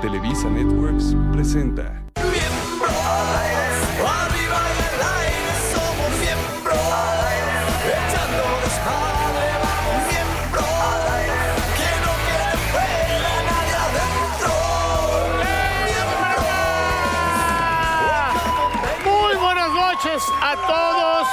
Televisa Networks presenta. Miembro al aire, arriba y al aire, somos miembro al aire, echando desmadre, vamos miembro al aire, que no quiere ver a nadie adentro. Miembro. Muy buenas noches a todos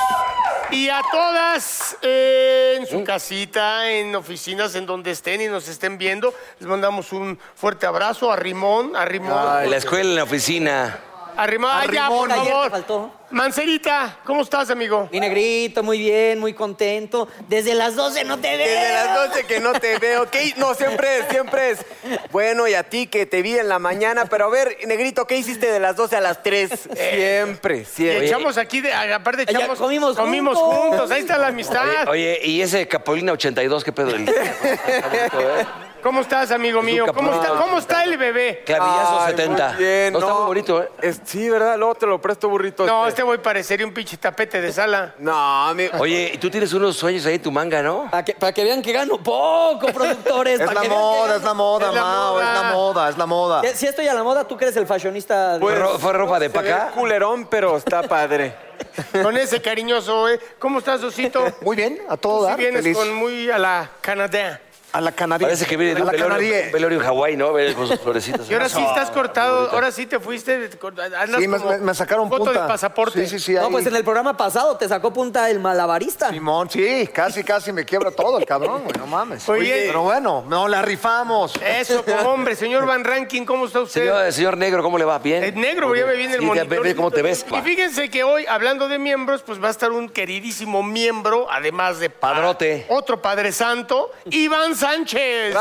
y a todas eh, en su casita, en oficinas, en donde estén y nos estén viendo. Les mandamos un fuerte abrazo a Rimón, a Rimón. Ay, la escuela en la oficina. A Rimón, ay, ya, por Ayer te favor. faltó. Mancerita, ¿cómo estás, amigo? Mi negrito, muy bien, muy contento. Desde las 12 no te veo. Desde las 12 que no te veo. ¿Qué? hi- No, siempre es, siempre es. Bueno, y a ti que te vi en la mañana, pero a ver, negrito, ¿qué hiciste de las 12 a las 3? Siempre, Y siempre. echamos aquí, de, aparte Ya echamos, comimos juntos. juntos. ahí está la amistad. Oye, oye, y ese Capolina 82, ¿qué pedo? El- ¿Cómo estás, amigo mío? ¿Cómo capullo. está, cómo está el bebé? Clavillazo Ay, 70. muy bien, no, está muy bonito, ¿eh? Es- sí, ¿verdad? Luego te lo presto, burrito. No, este voy parecería un pinche tapete de sala. No, mi... Oye, y tú tienes unos sueños ahí en tu manga, ¿no? Para que, para que vean que gano poco, productores. Es para la que vean que moda, gano- es la moda, Es la Mao, es la moda. moda, es la moda. Si- Si estoy a la moda, tú que eres el fashionista. de- Fue ro- fue ropa de se ve paca. culerón, pero está padre. Con ese cariñoso, ¿eh? ¿Cómo estás, Osito? Muy bien, a Tú todo sí dar, vienes feliz. con muy a la Canadá. A la canadiense. Parece que viene de a un la velorio, canadiense. velorio en Hawái, ¿no? Ve Con sus florecitas. Y ahora sí estás cortado, ahora sí te fuiste. cort- Andas Sí, me, como me- me sacaron foto punta. de pasaporte. Sí, sí, sí. No, ahí. pues en el programa pasado te sacó punta el malabarista. Simón, sí, casi, casi me quiebra todo el cabrón, güey, no mames. Oye. pero bueno, no, la rifamos. eh, Eso, como hombre. Señor Van Ranking, ¿cómo está usted? Señor, señor Negro, ¿cómo le va? ¿Bien? El Eh, negro, ya me viene el Sí, ya monitor. ve- ve cómo te ves. Y fíjense que hoy, hablando de miembros, pues va a estar un queridísimo miembro, además de... pa- Padrote. Otro Padre Santo, Iván Sánchez.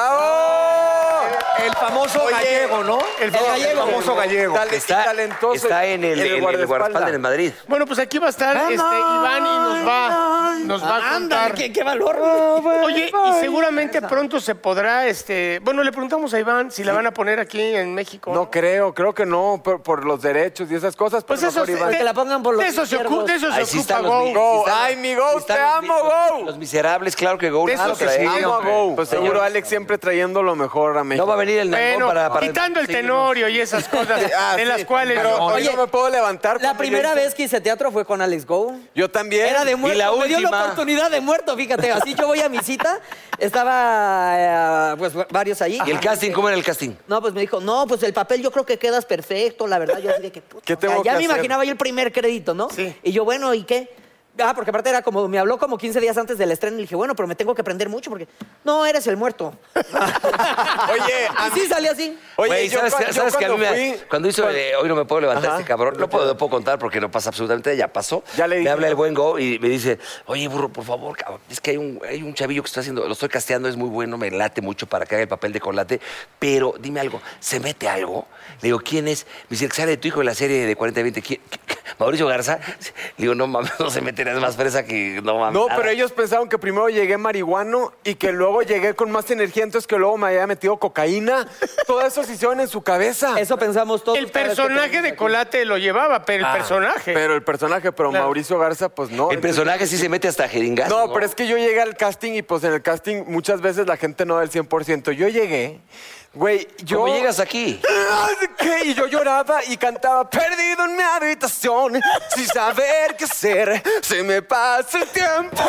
¡Bravo! El famoso gallego, ¿no? El famoso gallego. famoso gallego. Tal- Está, talentoso. está en el, en el guardaespaldas en Madrid. Bueno, pues aquí va a estar este, Iván y nos va, nos va a Ah, Ándale, contar. qué, qué valor. Oye, y seguramente pronto se podrá, este, bueno, le preguntamos a Iván si la van a poner aquí en México. No creo, creo que no, por, por los derechos y esas cosas. pues pero eso, mejor se- Iván. Que la pongan por los de eso se izquierdos. ocupa, de eso se Ahí sí ocupa están los Go. mi- Go. sí están- Ay, mi Go, sí están te los- amo, los- Go. Los miserables, claro que Go. De claro eso que se sí. Amo a Go. Pues Señor. seguro Alex siempre trayendo lo mejor a México. No va a venir el nalgón Bueno, para, para- quitando el Sí, tenorio y esas cosas Ah, de sí. las cuales... Pero hoy Oye, no me puedo levantar. La porque primera yo- vez que hice teatro fue con Alex Go. Yo también. Era de muerto. Y la Me dio última. la oportunidad de muerto, fíjate. Así yo voy a mi cita. Estaba, eh, pues, varios allí. ¿Y el casting? ¿Cómo era el casting? No, pues me dijo, no, pues el papel yo creo que quedas perfecto, la verdad. Yo así de que, puta, ¿Qué o sea, tengo ya que me hacer? imaginaba yo el primer crédito, ¿no? Sí. Y yo, bueno, ¿y qué? Ah, porque aparte era como, me habló como 15 días antes del estreno y le dije, bueno, pero me tengo que aprender mucho porque, no, eres el muerto. Oye, a Y sí, salí así. Oye, Güey, yo ¿sabes, cua- que- yo sabes que a mí cuando me- fui- cuando hizo el, eh, Hoy no me puedo levantar este cabrón, no puedo, no puedo contar porque no pasa absolutamente, nada, ya pasó. Ya le me dije. habla el buen Go y me dice, oye, burro, por favor, cabrón, es que hay un, hay un chavillo que está haciendo, lo estoy casteando, es muy bueno, me late mucho para que haga el papel de colate, pero dime algo, ¿se mete algo? Le digo, ¿quién es? Me dice, el que sale de tu hijo de la serie de 40-20, ¿quién? Mauricio Garza. Le digo, no mames, no se mete, es más fresa que no mames. No, nada". pero ellos pensaron que primero llegué marihuano y que luego llegué con más energía, entonces que luego me había metido cocaína. Todo eso se hicieron en su cabeza. Eso pensamos todos. El cada vez que personaje de tenemos Colate lo llevaba, pero el personaje... Pero el personaje, pero Claro. Mauricio Garza, pues no. El personaje sí se mete hasta jeringas. No, pero es que yo llegué al casting y pues en el casting muchas veces la gente no da el 100%. Yo llegué, Güey, yo... ¿Cómo llegas aquí? Ah, ¿qué? Y yo lloraba y cantaba perdido en mi habitación sin saber qué hacer. Se me pasa el tiempo.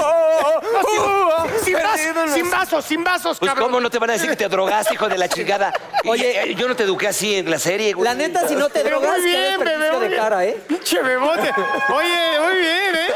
Uh, Sin, vas- perdido en la- sin vasos, sin vasos, Pues, cabrón. ¿cómo no te van a decir que te drogaste, hijo de la chingada? Oye, yo no te eduqué así en la serie, güey. La neta, si no te Pero drogas, muy qué bien, bebé. desperdicio muy de bien. cara, ¿eh? Pinche bebote. Oye, muy bien, ¿eh?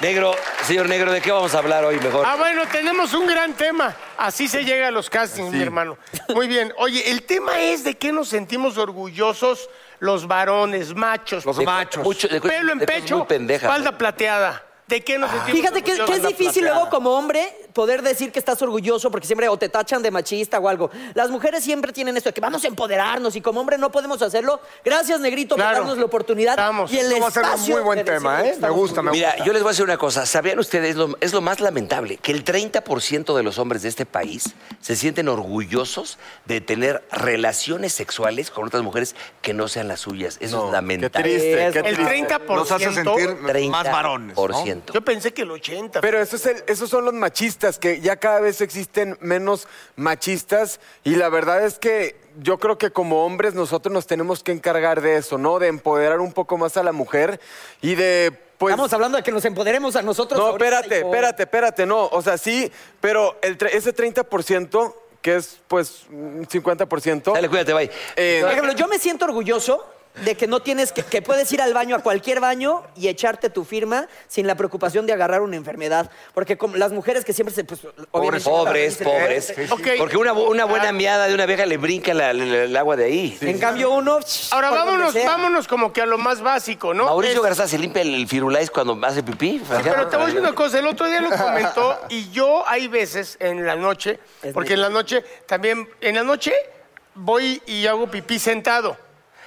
Negro, señor Negro, ¿de qué vamos a hablar hoy mejor? Ah, bueno, tenemos un gran tema. Así se llega a los castings, mi hermano. Muy bien. Oye, el tema es de qué nos sentimos orgullosos los varones, machos. De- mucho- de- pelo en de cosas pecho, muy pendejas, espalda ¿no? plateada. Ah. ¿De qué nos sentimos Fíjate que, que orgullosos? es difícil luego como hombre poder decir que estás orgulloso porque siempre o te tachan de machista o algo. Las mujeres siempre tienen esto de que vamos a empoderarnos y como hombre no podemos hacerlo. Gracias, Negrito, Claro. por darnos la oportunidad Estamos. y el Esto va a ser un espacio muy buen de decir tema, lo que ¿eh? Me estamos gusta, me orgullosos. Mira, yo les voy a decir una cosa. ¿Sabían ustedes? Lo, es lo más lamentable que el 30% de los hombres de este país se sienten orgullosos de tener relaciones sexuales con otras mujeres que no sean las suyas. Eso es Qué lamentable. triste, qué El triste. 30%. Nos hace sentir 30%. más varones. ¿no? Yo pensé que el 80%. Pero eso es el- esos son los machistas, que ya cada vez existen menos machistas y la verdad es que yo creo que como hombres nosotros nos tenemos que encargar de eso, ¿no? De empoderar un poco más a la mujer y de... Pues, Estamos hablando de que nos empoderemos a nosotros. No, ahorita, espérate, hijo. espérate, espérate, no. O sea, sí, pero el tre- ese 30%, que es pues un 50%. Dale, cuídate, bye. eh, Por ejemplo, yo me siento orgulloso de que no tienes que, que puedes ir al baño a cualquier baño y echarte tu firma sin la preocupación de agarrar una enfermedad, porque como las mujeres que siempre se pues, Pobres, obviamente- "Eh, pobres, se- pobres. Ok. Porque una, bu- una buena miada de una vieja le brinca la- la- la- el agua de ahí. En cambio uno Ahora por donde vámonos, sea. vámonos como que a lo más básico, ¿no? Mauricio Es- Garzá se limpia el, el firulais cuando hace pipí. Pero te voy a decir una cosa, el otro día lo comentó y yo hay veces en la noche, Es porque en la noche también, en la noche voy y hago pipí sentado.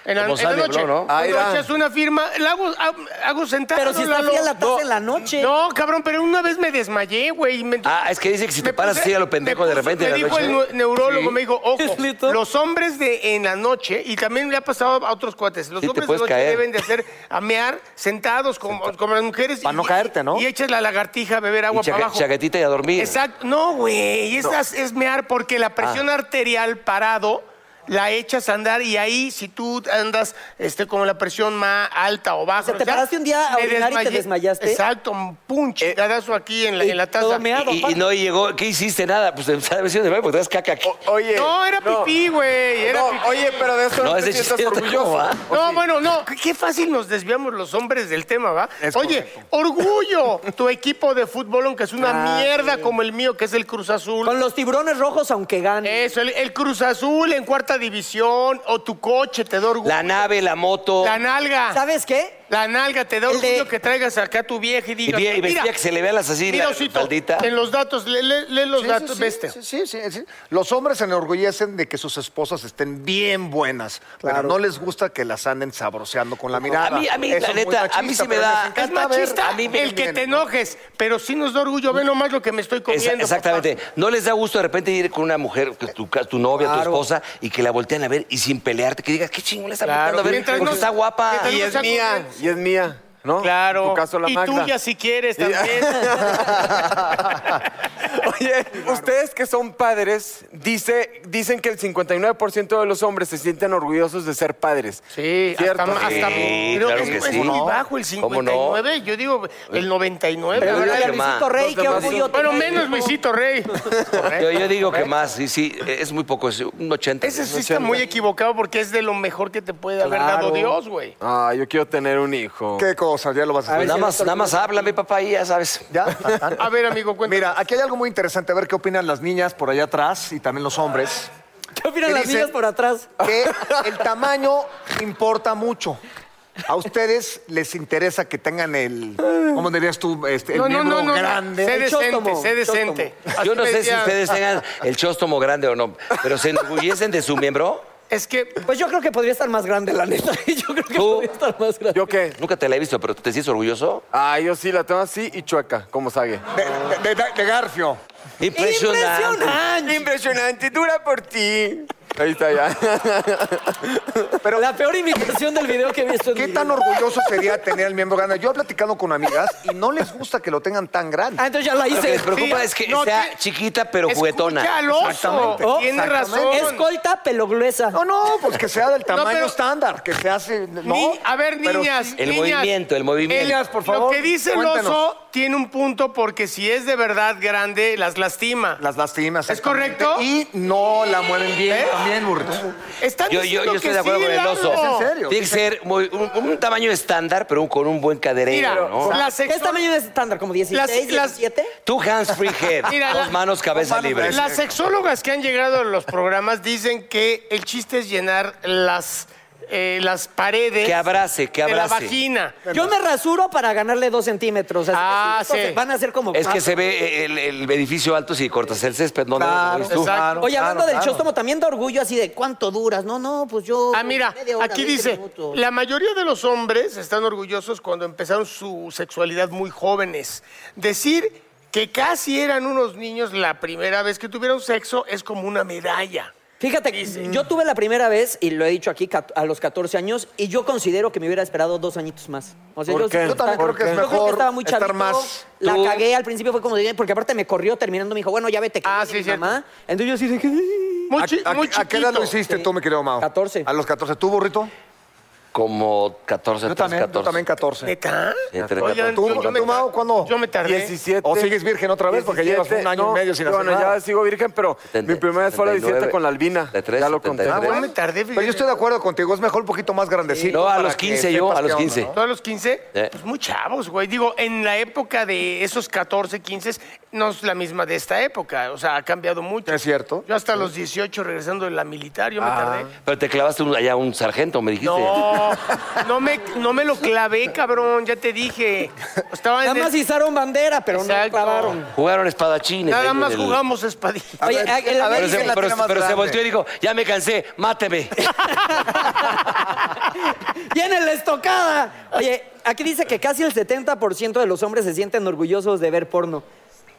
En la, Como en la sale, noche. bro, ¿no? Ahí Cuando va. echas una firma, la hago, ha- hago sentado. Pero si está Lalo. fría la taza en la noche. No, cabrón, pero una vez me desmayé, güey. y me- Ah, es que dice que si te me paras puse- así a lo pendejo me de puso- repente en Me la dijo el noche. neu- neurólogo, Sí. me dijo, ojo, Lito. los hombres de en la noche, y también le ha pasado a otros cuates, los Sí, te hombres de puedes noche caer. deben de hacer amear sentados como, como las mujeres. Para no caerte, ¿no? Y echas la lagartija a beber Y agua chaque- para abajo. chaquetita y a dormir. Exacto. No, güey, es, as- es mear porque la presión Ah. arterial parado la echas a andar y ahí si tú andas este, con la presión más alta o baja. sea, te o sea, paraste un día a me orinar y te desmayé. desmayaste. Eh, Exacto, un punch, cadazo aquí en la, y en la taza. todo meado. Y, y no llegó, ¿qué hiciste? Nada, pues se ha vestido de baño porque traes caca aquí. o- Oh. oye. No, era pipí, güey. era no, pipí. oye, pero de eso no, No, te ese sientas chiste no te orgulloso. va. ¿o No, sí? bueno, no. Qué- Qué fácil nos desviamos los hombres del tema, ¿va? Es Oye, correcto. orgullo. Tu equipo de fútbol, aunque es Ah, una mierda como el mío, que es el Cruz Azul. Con los tiburones rojos aunque gane. Eso, el, el Cruz Azul en cuarta división, o tu coche te da orgullo. La nave, la moto. La nalga. ¿Sabes qué? La nalga te da El de- orgullo que traigas acá a tu vieja y y, digas. vi- y vestía mira, que se le vean las así, mira, la osito, faldita. en los datos, lee, lee- lee los Sí, datos, este. sí, sí, veste. sí, sí, sí, sí. Los hombres se enorgullecen de que sus esposas estén bien buenas, pero no les gusta que las anden sabroseando con la mirada. A mí- a mí, Eso la es muy neta, a mí sí me pero da- les Es encanta machista ver- a mí el que bien, te ¿no? enojes, pero sí nos da orgullo. Ve nomás lo que me estoy comiendo. Esa- exactamente. papá. No les da gusto de repente ir con una mujer, que tu, ca- tu novia, tu Claro. esposa, y que la voltean a ver y sin pelearte, que digas, qué chingón la está Claro, volteando a ver, mientras porque no- está guapa. mientras Y no es sea mía, con- y es mía, ¿no? Claro. En tu caso, la y Magda. tuya si quieres también. Oye, ustedes que son padres, dice, dicen que el 59% de los hombres se sienten orgullosos de ser padres. Sí, ¿Cierto? hasta, Sí, hasta pero claro es, que es sí. muy ¿Cómo no? bajo el ¿Cómo no? 59, yo digo el 99. Pero yo ¿verdad? dígale a que más. Luisito Rey, Los qué demás orgullo. son- Bueno, tenés, menos hijo. Luisito Rey. Yo, yo digo que más, sí, sí, es muy poco, es un 80. Ese sí está muy equivocado porque es de lo mejor que te puede haber Claro. dado Dios, güey. Ah, yo quiero tener un hijo. ¿Qué cosa? Ya lo vas a A decir. ver, Nada más, nada más háblame, papá, y ya sabes. ¿Ya? ¿Tan, tan? A ver, amigo, cuéntame. ah. Mira, aquí hay algo muy interesante. A ver qué opinan las niñas por allá atrás y también los hombres. ¿Qué opinan ¿Qué las dice? niñas por atrás? Ah. que el tamaño importa mucho. A ustedes les interesa que tengan el, ¿cómo dirías tú? Este, el miembro grande. Sé El decente, chóstomo, sé decente. Así Yo no me sé si decía- ustedes tengan el chóstomo grande o no, pero se enorgullecen de su miembro. Es que Pues yo creo que podría estar más grande, la neta. Yo creo que ¿Tú? podría estar más grande. ¿Yo qué? Nunca te la he visto, pero ¿te sientes orgulloso? Ah, yo sí, la tengo así y chueca, como sague. De, de- de- de Garfio. Impresionante. Impresionante. Impresionante, dura por ti. Ahí está ya. Pero la peor imitación del video que he visto. en ¿Qué mi tan vida. orgulloso sería tener el miembro grande? Yo he platicado con amigas y no les gusta que lo tengan tan grande. Ah, entonces ya la Lo que hice. les preocupa Sí, es que no, sea ti- chiquita pero Escucha juguetona. al oso. Exactamente. Oh, Tiene razón. exactamente. Escolta pelogluesa. No, no, pues que sea del tamaño pero- estándar, que se hace. No, Ni- a ver, Pero niñas. sí- El niñas, movimiento, el movimiento. Niñas, por favor, Lo que dice el cuéntanos. oso tiene un punto porque si es de verdad grande, las lastima. Las lastimas. ¿Es correcto? Y no la mueven bien ¿Eh? también, burrito. Están Yo, yo, diciendo yo que estoy de acuerdo sí, con el Lalo. oso. ¿Es en serio? Tiene que ser muy- un, un tamaño estándar, pero un- con un buen caderero, Mira, ¿no? la ¿Qué sexual- tamaño es estándar? ¿Como 16, Las- las- 17? Two hands free head. Mira, la- dos manos, cabeza libre. Las sexólogas que han llegado a los programas dicen que el chiste es llenar las, eh, las paredes Que abrace, que de la abrace. vagina. Yo me rasuro para ganarle dos centímetros. así que Ah, estos sí. Van a ser como... Es que se ve eh, el, el edificio alto si cortas el césped, ¿no? Claro, ¿No? ¿No? ¿Tú? ah, exacto. Oye, hablando Claro, del claro. chóstomo, también da orgullo así de cuánto duras. No, no, pues yo... Ah, mira, media hora, aquí 20 dice, minutos. la mayoría de los hombres están orgullosos cuando empezaron su sexualidad muy jóvenes. Decir que casi eran unos niños la primera vez que tuvieron sexo es como una medalla. Fíjate, yo tuve la primera vez, y lo he dicho aquí, cat- a los 14 años, y yo considero que me hubiera esperado dos añitos más. O sea, ¿Por yo, qué? yo Yo también estaba- creo que es yo mejor estaba muy estar chavito, más. La Tú- cagué al principio, fue como de, porque aparte me corrió terminando, me dijo, bueno, ya vete, que Ah, viene sí, mi cierto. mamá. Entonces yo así de que... Muy, ¿A, chi- a- muy a qué edad lo chiquito. hiciste Sí. tú, mi querido Mao? 14. A los 14. ¿Tú, burrito? Como 14, Yo 13, también, 14. yo también 14. ¿Neta? Entre Oigan, 14. ¿Tú, yo- yo me- tú, Mao, cuándo? Yo me tardé. 17. ¿O sigues virgen otra vez? Porque llevas un 17, año no, y medio sin hacer Bueno, nada. ya sigo virgen, pero mi primera vez fue a los 17 con la albina. 73, ya lo conté. Ah, Yo bueno. me tardé, Pero yo fíjate. estoy de acuerdo contigo, es mejor un poquito más grandecito. No, a para los que 15 yo, sepas a los qué onda, 15. ¿no? ¿Todos los 15? Eh. Pues muy chavos, güey. Digo, en la época de esos 14, 15, no es la misma de esta época. O sea, ha cambiado mucho. Es cierto. Ah. Yo hasta los 18, regresando de la militar, yo me tardé. Pero te clavaste un- allá un sargento, me dijiste. No, no me, no me lo clavé, cabrón, ya te dije. Estaba en Nada el- más izaron bandera, pero Exacto. no clavaron. Jugaron espadachines. ahí nada en más el- jugamos espadita. A Oye, ver, a- el- a ver, Pero, se, ¿quién la pero- tiene más pero se grande? volteó y dijo, ya me cansé, máteme. ¡Viene la estocada! Oye, aquí dice que casi el 70% de los hombres se sienten orgullosos de ver porno.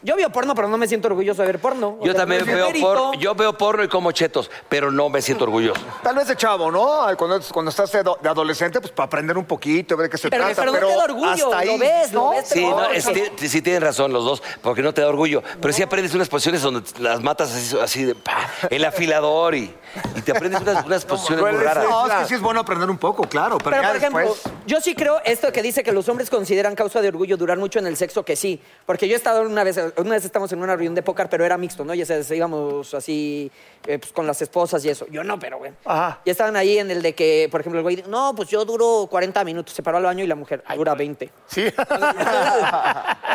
Yo veo porno, pero no me siento orgulloso de ver porno. O Yo sea, también Pues no es veo mérito. porno, yo veo porno y como chetos, pero no me siento orgulloso. Tal vez de chavo, ¿no? Ay, Cuando, cuando estás de ado- de adolescente, pues para aprender un poquito, ver de qué se Pero- trata. pero no te da orgullo, hasta ahí, lo ves, lo ¿no? ves, te Sí, no, Oye. es- ti- sí tienen razón los dos, porque no te da orgullo. Pero sí aprendes unas posiciones donde las matas así, así de pa, el afilador y, y te aprendes unas, unas posiciones muy duele, raras. sí. No, es que sí es bueno aprender un poco, claro. Pero, Pero, ya por ejemplo, después- yo sí creo esto que dice que los hombres consideran causa de orgullo durar mucho en el sexo, que sí. Porque yo he estado una vez, una vez estamos en una reunión de póker, pero era mixto, ¿no? Y se, íbamos así eh, pues, con las esposas y eso. Yo no, pero bueno. Ajá. Y estaban ahí en el de que, por ejemplo, el güey, no, pues yo duro 40 minutos, se paró al baño y la mujer dura 20. Sí.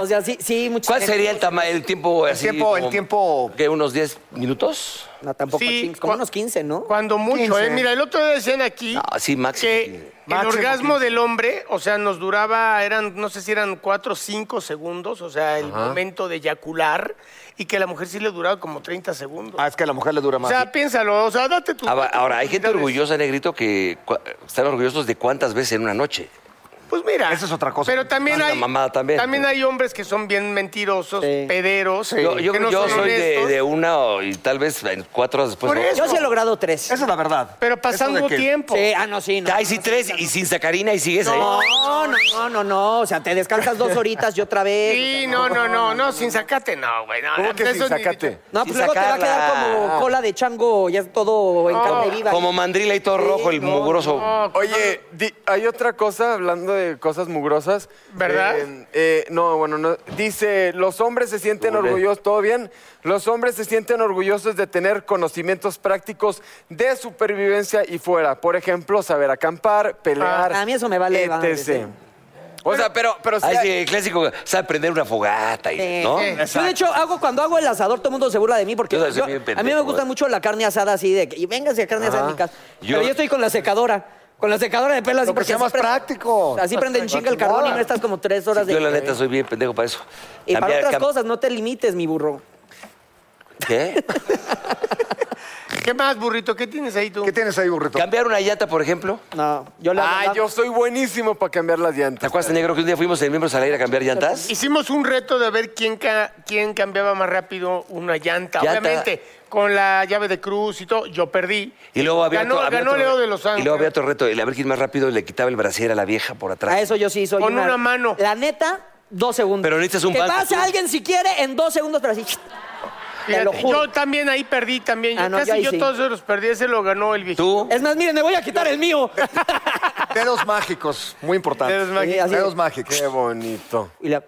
o sea, sí, sí, mucha ¿Cuál gente- sería el, tama- el tiempo así? tiempo- el como- tiempo- ¿Qué, unos 10 minutos? No, tampoco Sí, chingues, como cua- unos 15, ¿no? Cuando mucho, 15. ¿eh? Mira, el otro día decían aquí Ah, sí, máximo que 15. el Máximo orgasmo 15. del hombre, o sea, nos duraba, eran, no sé si eran cuatro o cinco segundos, o sea, el momento de eyacular, y que a la mujer sí le duraba como 30 segundos. Ah, es que a la mujer le dura o más. sea, piénsalo, o sea, date tu... Ahora, Ah, ahora, hay gente oportunidades. orgullosa, Negrito, que cua- están orgullosos de cuántas veces en una noche. Pues mira. Esa es otra cosa. Pero también Tanta hay, mamada también. hay hombres que son bien mentirosos, Sí. pederos. Yo, yo- que no yo son soy de, honestos. de una o- y tal vez en cuatro horas después. Por no. eso. Yo sí he logrado tres. Esa es la verdad. Pero Eso pasando de que- tiempo. Sí, ah, no, sí, no. Ay, sí, tres y sin sacarina y sigues No, ahí. no, no, no, no. O sea, te descansas dos horitas y otra vez. o Sí, sea, no, no, no, no, sin sacate, no, güey. No, ¿Cómo que Ah, eso sin ni- sacate? No, Sin pues luego te va a sacarla. quedar como cola de chango, ya es todo Oh. en carne viva. Como mandrila y todo rojo, el mugroso. Ah. Oye, di- hay otra cosa, hablando de cosas mugrosas. ¿Verdad? Eh, eh, no, bueno, no. Dice, los hombres se sienten Ole. orgullosos, ¿todo bien? Los hombres se sienten orgullosos de tener conocimientos prácticos de supervivencia y fuera. Por ejemplo, saber acampar, pelear. Ah, a mí eso me vale, va, etc. sí. O sea, pero, pero sí Ay, hay- sí, el clásico, o sea, prender una fogata, y, Sí, ¿no? sí. Yo, de hecho, hago cuando hago el asador, todo el mundo se burla de mí porque Yo soy yo- bien a mí me pendejo, gusta ¿eh? mucho la carne asada así de que, y véngase a carne asada en mi casa. Yo- Pero yo estoy con la secadora, con la secadora de pelas. Lo que sea más práctico. Así prenden chinga el carbón y no estás como tres horas de... Yo, la neta, soy bien pendejo para eso. y para Cambiar- otras cam- cosas, no te limites, mi burro. ¿Qué? ¿Qué más, burrito? ¿Qué tienes ahí tú? ¿Qué tienes ahí, burrito? Cambiar una llanta, por ejemplo. No, yo la Ah, verdad- yo soy buenísimo para cambiar las ¿Te llantas. acuerdas, negro, que un día fuimos en Miembros al Aire a cambiar llantas? Hicimos un reto de ver quién, ca- quién cambiaba más rápido una llanta. Llanta. Obviamente, con la llave de cruz y todo, yo perdí. Y luego había ganó, otro, había ganó otro- Leo de los Ángeles. Y luego había otro reto, el a ver quién más rápido le quitaba el brasier a la vieja por atrás. A eso yo sí soy Con una mano. La neta, dos segundos. Pero necesitas un Que banco, pase tú. alguien si quiere en dos segundos, pero así. Te lo Fíjate, juro. Yo también ahí perdí también. Yo Ah, no, yo casi ahí yo sí. todos se los perdí, ese lo ganó el viejito. ¿Tú? Es más, miren, me voy a quitar el mío. Dedos mágicos, muy importante. Dedos mágicos. Sí, así- Dedos mágicos. Qué bonito. Y la-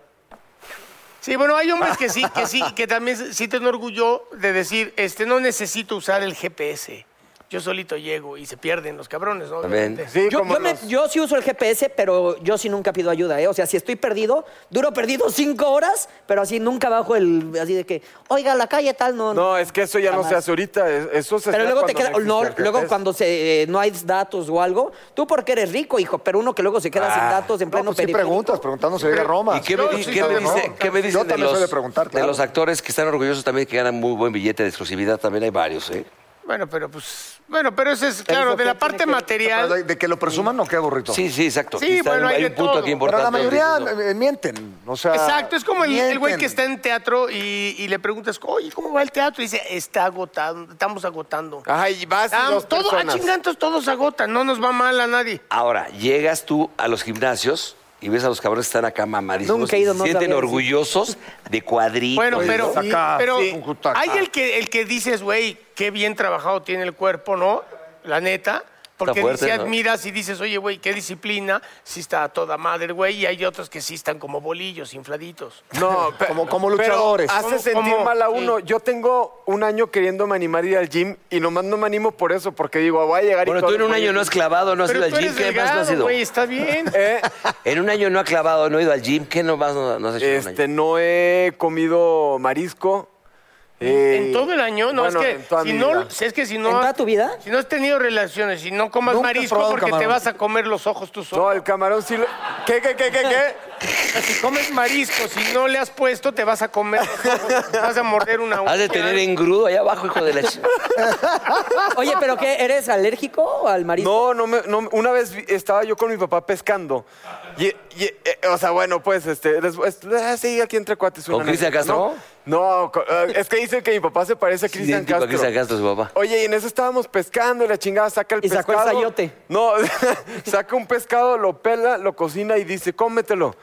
Sí, bueno, hay hombres que sí, que sí, que también sí te enorgulló de decir, este, no necesito usar el GPS. Yo solito llego y se pierden los cabrones, ¿no? También. Obviamente. Sí, yo, como yo me- los- yo sí uso el GPS, pero yo sí nunca pido ayuda, ¿eh? O sea, si estoy perdido, duro perdido cinco horas, pero así nunca bajo el. Así de que, oiga, la calle tal, no. No, es que eso ya no Jamás. se hace ahorita. es- Eso se Pero hacía luego te queda, cuando no no, existía el luego GPS. cuando se, eh, no hay datos o algo, tú porque eres rico, hijo, pero uno que luego se queda sin datos en No, pleno pues sí periférico. preguntas, preguntando si vive a Roma. ¿Y qué me, Yo di- sí qué soy me de dice- preguntar. qué me Yo dicen de también los, soy de preguntar, de claro. los actores que están orgullosos también que ganan muy buen billete de exclusividad? También hay varios, ¿eh? Bueno, pero pues, bueno, pero eso es, claro, eso de la tiene parte que- material. Pero ¿De de que lo presuman o qué, burrito? Sí, sí, exacto. Sí, Aquí está bueno, un- hay hay de un punto todo. aquí Pero importante. la mayoría donde dices, eh, mienten, o sea... Exacto, es como el, el güey que está mienten. en teatro y, y le preguntas, oye, ¿cómo va el teatro? Y dice, está agotado, estamos agotando. Ay, vas y Ah, dos todo, ah, personas. chinga, entonces todos agotan, no nos va mal a nadie. no. Ahora, llegas tú a los gimnasios y ves a los cabrones que están acá mamadísimos. Nunca he y ido, se no sienten sabía decir. orgullosos de cuadritos. Bueno, pero, sí, acá, pero sí, un justo acá. hay el que, el que dices, güey, qué bien trabajado tiene el cuerpo, ¿no? La neta. Porque fuerte, si ¿no? admiras y dices, oye, güey, qué disciplina, sí está a toda madre, güey, y hay otros que sí están como bolillos, infladitos. No, pe- Como- como pero luchadores. hace Como- sentir como- mal a sí. uno. Yo tengo un año queriéndome animar a ir al gym y nomás no me animo por eso, porque digo, "Ah, voy a llegar y Bueno, todo tú en el un año mundo- no has clavado, no has Pero ido al tú gym. eres ¿Qué más no has delgado, ido? güey, está bien. Eh, En un año no ha clavado, no ha ido al gym. ¿Qué no vas, no, no has hecho en un este, año? no he comido marisco. eh, En todo el año, no, bueno, es en que toda si mi no, vida. si es que si no. ¿En toda tu vida? Si no has tenido relaciones, si no comas Nunca he marisco probado un porque te camarón. vas a comer los ojos tú solo. No, el camarón sí lo... ¿Qué, qué, qué, qué, qué? Si comes marisco, si no le has puesto, te vas a comer los ojos, vas a morder una Has de uña. tener engrudo allá abajo, hijo de la ch- Oye, ¿pero qué? ¿Eres alérgico al marisco? No, no, me, no me- una vez vi- estaba yo con mi papá pescando. Y, y, eh, o sea, bueno, pues, este, después, ah, sí, aquí entre cuates. una ¿Con Cristian anécdota, Castro? No, No, co- eh, es que dicen que mi papá se parece a Cristian Idéntico a Castro. Cristian Castro, su papá. Oye, y en eso estábamos pescando y la chingada saca el Y sacó pescado. el sayote. No, saca un pescado, lo pela, lo cocina y dice, cómetelo.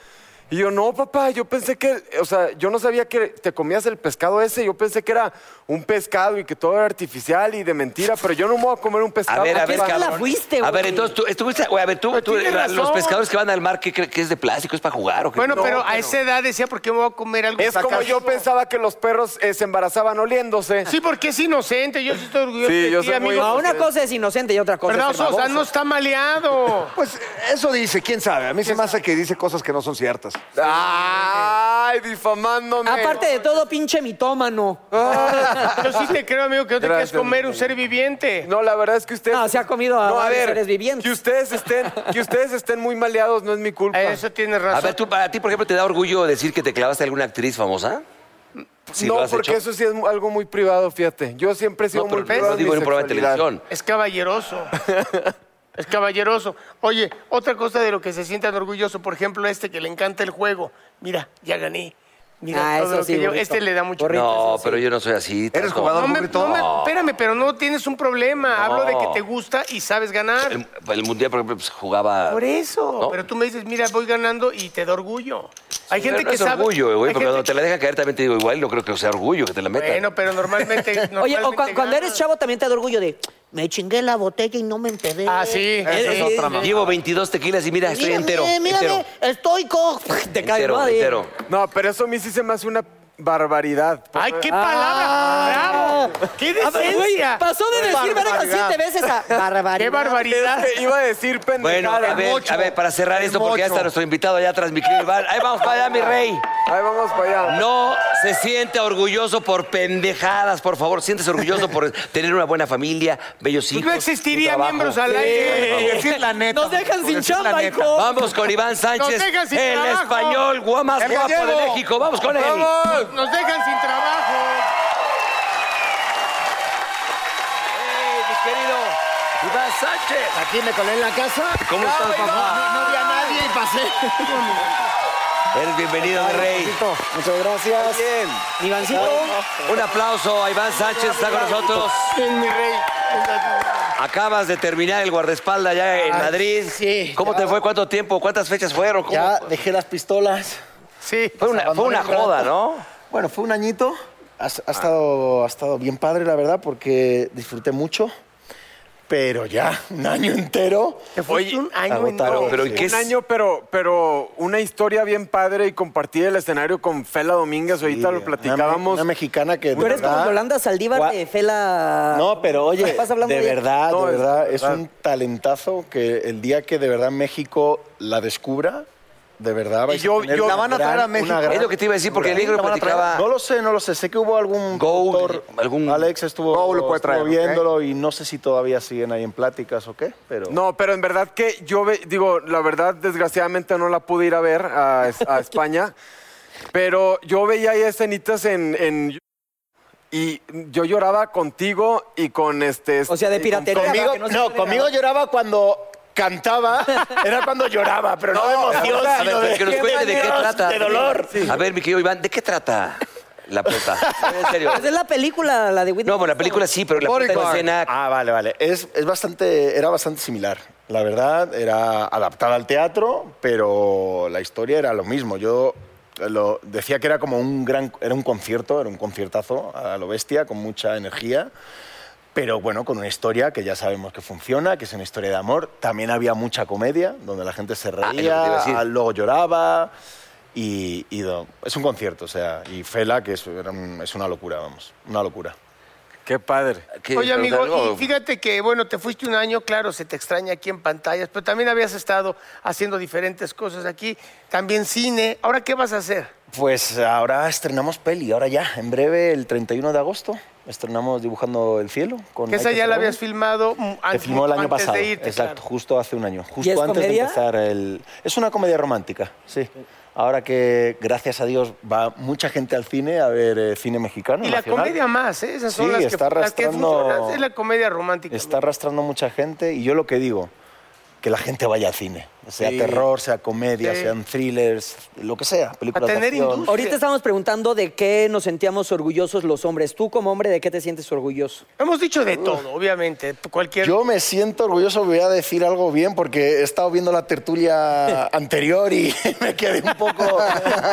Y yo, no, papá, yo pensé que, o sea, yo no sabía que te comías el pescado ese, yo pensé que era un pescado y que todo era artificial y de mentira, pero yo no me voy a comer un pescado. A ver, a ¿A ver, qué escuela cabrón. fuiste, a güey? ver, entonces tú estuviste, güey, a ver, tú, Pero tú, tiene la- los razón. pescadores que van al mar, ¿qué creen que es de plástico? ¿Es para jugar o qué? Bueno, No. pero a esa edad decía, ¿por qué me voy a comer algo? Es como sacado? yo pensaba que los perros eh, se embarazaban oliéndose. Sí, porque es inocente, yo sí estoy orgulloso Sí, de yo ti, soy muy- amigo. No, una cosa es inocente y otra cosa ¿Verdad, es Oso? O sea, baboso. no está maleado. Pues eso dice, quién sabe. A mí se me hace que dice cosas que no son ciertas. pues. Ay, difamándome. Aparte de todo, pinche mitómano. Yo sí te creo, amigo, que no te Gracias, quieres comer un amigo. ser viviente. No, la verdad es que ustedes. No, se ha comido a varios seres vivientes. Que ustedes estén, que ustedes estén muy maleados no es mi culpa. Eh, Eso tienes razón. A ver, tú, para ti, por ejemplo, ¿te da orgullo decir que te clavaste a alguna actriz famosa? Sí, no, lo has porque hecho. eso sí es mu- algo muy privado, fíjate. Yo siempre he sido no, pero muy privado. no digo mi en un programa de sexualidad. televisión. Es caballeroso. Es caballeroso. Oye, otra cosa de lo que se sientan orgulloso, por ejemplo, este que le encanta el juego. Mira, ya gané. Mira, Ah, todo eso lo que sí, yo- burrito. Este le da mucho. Burrito. No, eso sí. pero yo no soy así. ¿Eres tanto. jugador, No me- burrito? no me- No. espérame, pero no tienes un problema. Hablo de que No. te gusta y sabes ganar. El, el mundial, por ejemplo, pues, jugaba. Por eso. ¿No? Pero tú me dices, mira, voy ganando y te da orgullo. Hay Pero gente no que es sabe. orgullo, güey, hay porque gente cuando te la dejan caer también te digo igual, no creo que sea orgullo que te la metan. Bueno, pero normalmente. Oye, o cu- normalmente cuando eres ganas. chavo también te da orgullo de me chingué la botella y no me empedé. Ah, sí. Esa es otra, mamá. Llevo 22 tequilas y mira, estoy Mírame, entero. mírame, eh. entero, estoy co... Te cae, entero, ¿no? De- entero. No, pero eso a mí sí se me hace una barbaridad. Pues, ¡Ay, qué palabra! ¡Bravo! ¡Qué Ah, pero, güey, decencia! pasó de decir verga siete veces a barbaridad. ¡Qué barbaridad! Es que Eh, iba a decir Bueno, pendejada. a ver, a ver, para cerrar esto, porque ya está nuestro invitado allá atrás, mi querido Iván. Ahí vamos para allá, mi rey. Ahí vamos para allá. No se sienta orgulloso por pendejadas, por favor. Siéntese orgulloso por tener una buena familia, bellos hijos. No un existiría trabajo. miembros al aire. decir la neta. Nos dejan sin decir la chamba, neta. hijo. Vamos con Iván Sánchez, Nos dejan sin el trabajo. español gua- más El guapo de gallego. México. Vamos con él. ¡Nos dejan sin trabajo! Iván Sánchez. Aquí me colé en la casa. ¿Cómo No, estás, no, papá? No, no vi a nadie y pasé. Eres bienvenido, mi rey. Muchas gracias. Bien. Mi Ivancito. Un aplauso a Iván Sánchez, está con nosotros. mi rey. Acabas de terminar el guardaespaldas allá en Ay, Madrid. sí, ¿Cómo ya. te fue? ¿Cuánto tiempo? ¿Cuántas fechas fueron? ¿Cómo? Ya dejé las pistolas. Sí. Fue una, fue una abandoné un joda, rato. ¿no? Bueno, fue un añito. Ha, ha estado, ha estado bien padre, la verdad, porque disfruté mucho. Pero ya, un año entero. Te fuiste un año agotado. entero. Pero ¿en qué un es? año, pero, pero una historia bien padre y compartir el escenario con Fela Domínguez. Ahorita lo Una me- platicábamos. Una, mexicana que. de Tú eres como verdad- Yolanda Saldívar Gua- de Fela. No, pero oye, de Estás hablando bien. verdad, No, de es verdad, es verdad. un talentazo que el día que de verdad México la descubra, de verdad vais yo- a tener yo- una la van a traer gran- a México. una gran- Es lo que te iba a decir, porque el gran- negro la van a traer. platicaba- No lo sé, no lo sé. Sé que hubo algún Gould, productor, algún- Alex estuvo, Gould lo puede estuvo traer, ¿ok? viéndolo y no sé si todavía siguen ahí en pláticas o qué, pero... No, pero en verdad que yo ve- digo, la verdad, desgraciadamente no la pude ir a ver a, es- a España, pero yo veía ahí escenitas en, en- y yo lloraba contigo y con este. O sea, de y con- piratería. Conmigo, que no se no, puede conmigo grabar. lloraba cuando cantaba, era cuando lloraba, pero no, de emoción, A sino ver, de, que nos cuente de qué Dios, trata. de dolor. A ver, mi querido Iván, ¿de qué trata la puerta? En serio. Pues es la película, la de Whitney. No, bueno, la película sí, pero la puerta en escena. Ah, vale, vale. Es, es bastante, era bastante similar. La verdad, era adaptada al teatro, pero la historia era lo mismo. Yo lo, decía que era como un gran, era un concierto, era un conciertazo a lo bestia, con mucha energía. Pero bueno, con una historia que ya sabemos que funciona, que es una historia de amor. También había mucha comedia, donde la gente se lo que te iba a reía, decir. ah, luego lloraba. Y, y do- es un concierto, o sea, y Fela, que es, era un- es una locura, vamos, una locura. Qué padre. ¿Qué- Oye, amigo, algo? y fíjate que, bueno, te fuiste un año, claro, se te extraña aquí en pantallas, pero también habías estado haciendo diferentes cosas aquí, también cine. ¿Ahora qué vas a hacer? Pues ahora estrenamos peli, ahora ya, en breve, el 31 de agosto, estrenamos Dibujando el Cielo. Con Que esa Michael ya la Cerabi, habías filmado mm, que antes, filmó el año antes pasado, de irte. exacto, claro. justo hace un año, justo es antes de comedia? empezar el... Es una comedia romántica, sí. Ahora que, gracias a Dios, va mucha gente al cine a ver eh, cine mexicano. Y la nacional. comedia más, ¿eh? esas son Sí, las, que, está las que arrastrando- funcionan. Es la comedia romántica. Está arrastrando mucha gente y yo lo que digo, que la gente vaya al cine, sea Sí. terror, sea comedia, Sí. sean thrillers, lo que sea, películas de tener acción. industria. Ahorita estamos preguntando de qué nos sentíamos orgullosos los hombres. Tú, como hombre, ¿de qué te sientes orgulloso? Hemos dicho de todo, obviamente. Cualquier. Yo me siento orgulloso, voy a decir algo bien, porque he estado viendo la tertulia anterior y me quedé un poco.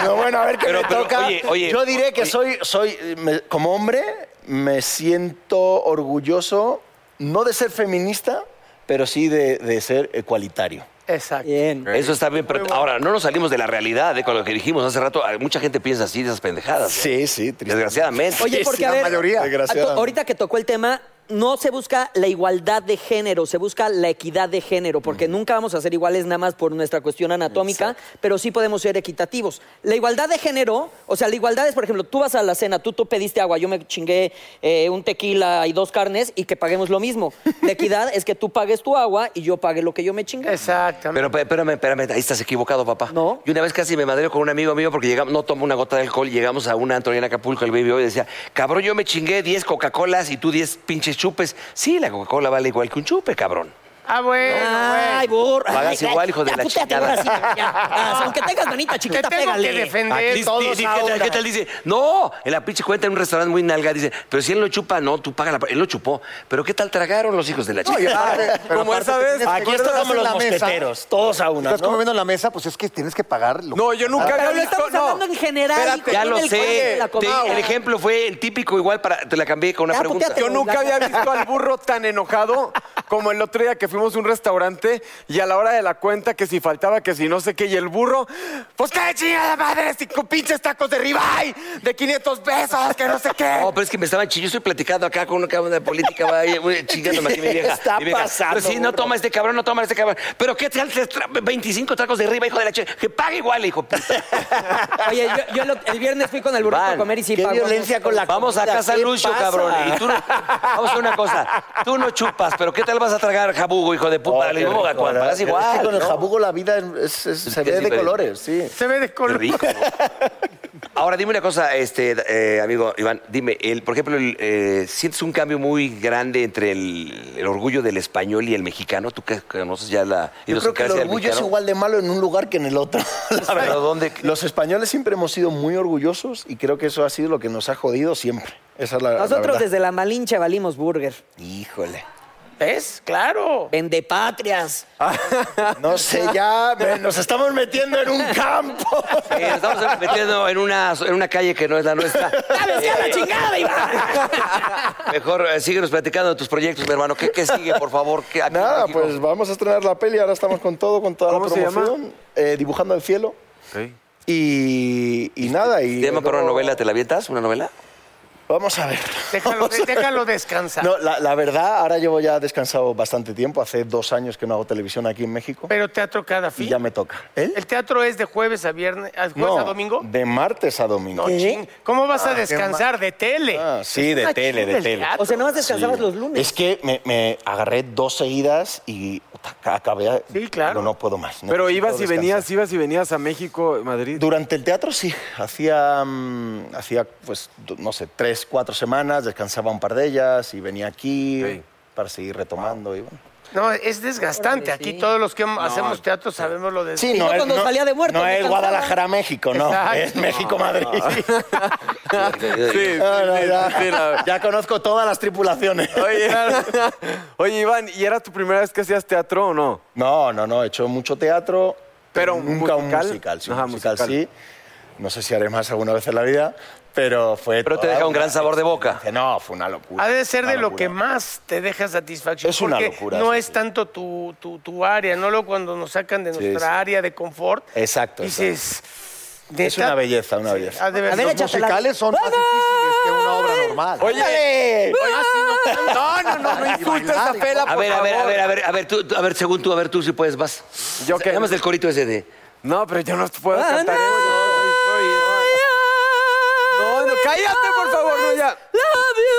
Pero bueno, a ver qué Pero- me pero, toca. oye, oye, Yo diré que oye. soy, soy me- como hombre, me siento orgulloso, no de ser feminista, pero sí de, de ser igualitario. Exacto. Bien. Eso está bien, pero ahora no nos salimos de la realidad, ¿eh? con lo que dijimos hace rato. hay Mucha gente piensa así de esas pendejadas. ¿eh? Sí, sí, Desgraciadamente. Oye, porque a la ver, mayoría. Desgraciadamente. a- to- ahorita que tocó el tema, no se busca la igualdad de género, se busca la equidad de género, porque nunca vamos a ser iguales nada más por nuestra cuestión anatómica, pero sí podemos ser equitativos. La igualdad de género, o sea, la igualdad es, por ejemplo, tú vas a la cena, tú, tú pediste agua, yo me chingué eh, un tequila y dos carnes y que paguemos lo mismo. La equidad es que tú pagues tu agua y yo pague lo que yo me chingué. Exactamente. Pero pe- espérame, espérame, ahí estás equivocado, papá. No. Y una vez casi me madreo con un amigo mío porque llegamos, no tomo una gota de alcohol, llegamos a una Antonio en Acapulco, el baby hoy decía, cabrón, yo me chingué 10 Coca-Colas y tú 10 pinches chupes. Sí, la Coca-Cola vale igual que un chupe, cabrón. ah, bueno, Ay, bueno. burro. Pagas Ay, igual, hijo de ya, la tú te chingada. atoras, hijo, ya. Ah, Aunque tengas manita Te chiquita, tengo pégale. que defender Aquí todos sí, sí, ¿qué, ahora. tal, qué tal dice? No, en la pinche cuenta en un restaurante muy nalga dice, pero si él lo chupa, no, tú paga la... Él lo chupó. Pero ¿qué tal tragaron los hijos de la chica? No, y aparte- Ah, pero Como aparte esa vez... tienes que- Aquí estamos Acuérdate en los la mesa. mosqueteros, todos a una, Estás ¿no? comiendo en la mesa, pues es que tienes que pagar lo No, yo nunca había Ah. Pero lo visto. estamos no. hablando en general. Espérate, hijo, Ya no lo en el cuento de sé. la Te- comadre. el ejemplo fue el típico igual para... Te la cambié con una Ya, pregunta. puteate, Yo nunca había visto al burro tan enojado como el otro día que fuimos a un restaurante y a la hora de la cuenta que si faltaba, que si no sé qué, y el burro, pues qué chingada madre, cinco pinches tacos de ribeye de 500 pesos, que no sé qué. No, pero es que me estaban chillando. Yo estoy platicando acá con una cabrón de política. va, ahí, güey, chingándome aquí mi vieja. Está Mi vieja, pasando, Pues sí, no burro. toma este cabrón, no toma este cabrón. Pero ¿qué tal? te tra- 25 tacos de arriba, hijo de la chica. Que pague igual, hijo. puta. Oye, yo, yo lo- el viernes fui con el burrito Van, a comer y sí qué pagó. violencia con la Vamos a comida, casa ¿qué Lucho, pasa? cabrón. Y tú no- vamos a hacer una cosa. Tú no chupas, pero ¿qué tal vas a tragar jabugo, hijo de puta? Oh, Le qué digo, rico, cuando ¿verdad? pagas igual. Es que con el ¿no? jabugo la vida es- es- se que ve sí, de pero- colores, sí. Se ve de Qué color. rico. Ahora dime una cosa, este, eh, amigo Iván, dime, el, por ejemplo, el, eh, ¿sientes un cambio muy grande entre el, el orgullo del español y el mexicano? Tú que conoces ya Yo creo la que el idiosincrasia del orgullo es mexicano. igual de malo en un lugar que en el otro. la Pero verdad. ¿dónde- Los españoles siempre hemos sido muy orgullosos y creo que eso ha sido lo que nos ha jodido siempre. Esa es la, la Nosotros verdad. desde la Malinche valimos burger. Híjole. ¿Ves? Claro. Vendepatrias. No sé, ya me- nos estamos metiendo en un campo. Eh, nos estamos metiendo en una, en una calle que no es la nuestra. ¡Sabes qué, la chingada, Iván! Mejor eh, síguenos platicando de tus proyectos, mi hermano. ¿Qué, qué sigue, por favor? ¿Qué- aquí en Nada, México? pues vamos a estrenar la peli, ahora estamos con todo, con toda la ¿Cómo se llama? promoción. Eh, dibujando el cielo. Ok. Y, y nada, y. ¿Tema para una luego- novela? ¿Te la avientas? ¿Una novela? Vamos a ver. Déjalo, Vamos a- déjalo descansar. No, la, la verdad, ahora llevo ya descansado bastante tiempo. Hace dos años que no hago televisión aquí en México. Pero teatro cada y fin. ya me toca. ¿Eh? ¿El teatro es de jueves a viernes, a jueves No, a domingo? De martes a domingo. Ching, ¿Cómo vas a descansar de tele? Ah, sí, de una tele, chinga de el tele. teatro. O sea, nomás descansabas los lunes. Es que me, me agarré dos seguidas y puta, ca- acabé. Sí, claro. No, no puedo más. Pero necesito ibas y descansar. venías, ibas y venías a México, Madrid. Durante el teatro sí, hacía, mm, hacía pues, du- no sé, tres, cuatro semanas, descansaba un par de ellas y venía aquí Sí. para seguir retomando. y bueno. No, es desgastante. Órale, sí. Aquí todos los que hacemos teatro sabemos lo de... yo cuando salía de muerto no me es cansaba. Guadalajara, México, no, Exacto. es México-Madrid. Sí, No, no, ya, sí, la- ya conozco todas las tripulaciones. Oye, oye, Iván, ¿y era tu primera vez que hacías teatro o no? No, no, no, he hecho mucho teatro, Pero pero, un nunca musical. un musical. Sí, un Ajá, musical, musical. sí. No sé si haré más alguna vez en la vida, pero fue. Pero te toda deja un una gran sabor de boca. experiencia. No, fue una locura. Ha de ser una de lo locura. que más te deja satisfacción. Es una porque locura, No sí, es sí. tanto tu, tu, tu área, no lo cuando nos sacan de nuestra sí. área de confort. Exacto, Dices. Es una belleza, una belleza. A ver, A ver, Los échatela. musicales son más difíciles que una obra normal. ¡Oye! No, no, no, no insultes a Fela, A por ver, a ver, a favor. ver, a ver, a ver, tú, tú- a ver, según tú, a ver, tú si puedes, vas. ¿Yo qué? Llamas del corito ese de... No, pero yo no puedo Ah, cantar ¿eh? no. No, no, cállate, por favor, no ya.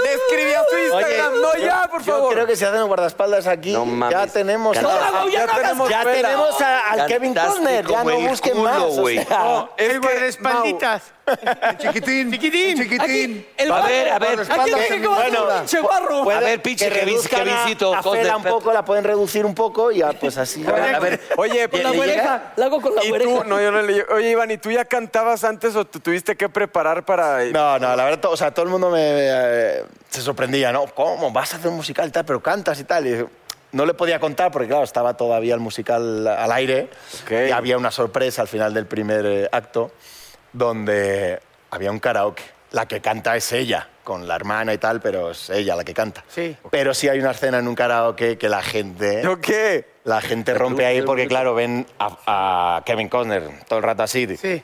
Le escribí a su Instagram, no ya, por Yo favor. creo que si hacen guardaespaldas aquí, No mames. ya tenemos. a- Cantaste- Ah, ya tenemos, ya Cantaste tenemos a- al como Kevin Costner. Ya el no busquen culo, más. o güey. sea. es Oigo que- de espalditas. Chiquitín. Chiquitín. Chiquitín. El A ver, barro. a ver. Aquí no tengo Bueno, barro, pinche barro. Puede A ver, pinche que Kevin- reduzcan a- Kevincito, a Costner, Fela un espérate. poco, la pueden reducir un poco y ya, pues así. A ver, a ver. pues, Oye, Con la ¿le llega? oreja. La hago con la ¿Y tú? oreja. No, yo no le Oye, Iván, ¿y tú ya cantabas antes o te tuviste que preparar para...? No, no, la verdad, to- o sea, todo el mundo me, eh, se sorprendía, ¿no? ¿Cómo vas a hacer un musical y tal, pero cantas y tal? Y no le podía contar porque, claro, estaba todavía el musical al aire Ok. y había una sorpresa al final del primer eh, acto donde había un karaoke. La que canta es ella, con la hermana y tal, pero es ella la que canta. Sí. Pero sí hay una escena en un karaoke que la gente... eh, ¿Yo qué? La gente rompe ahí porque, claro, ven a, a Kevin Costner todo el rato así. Sí.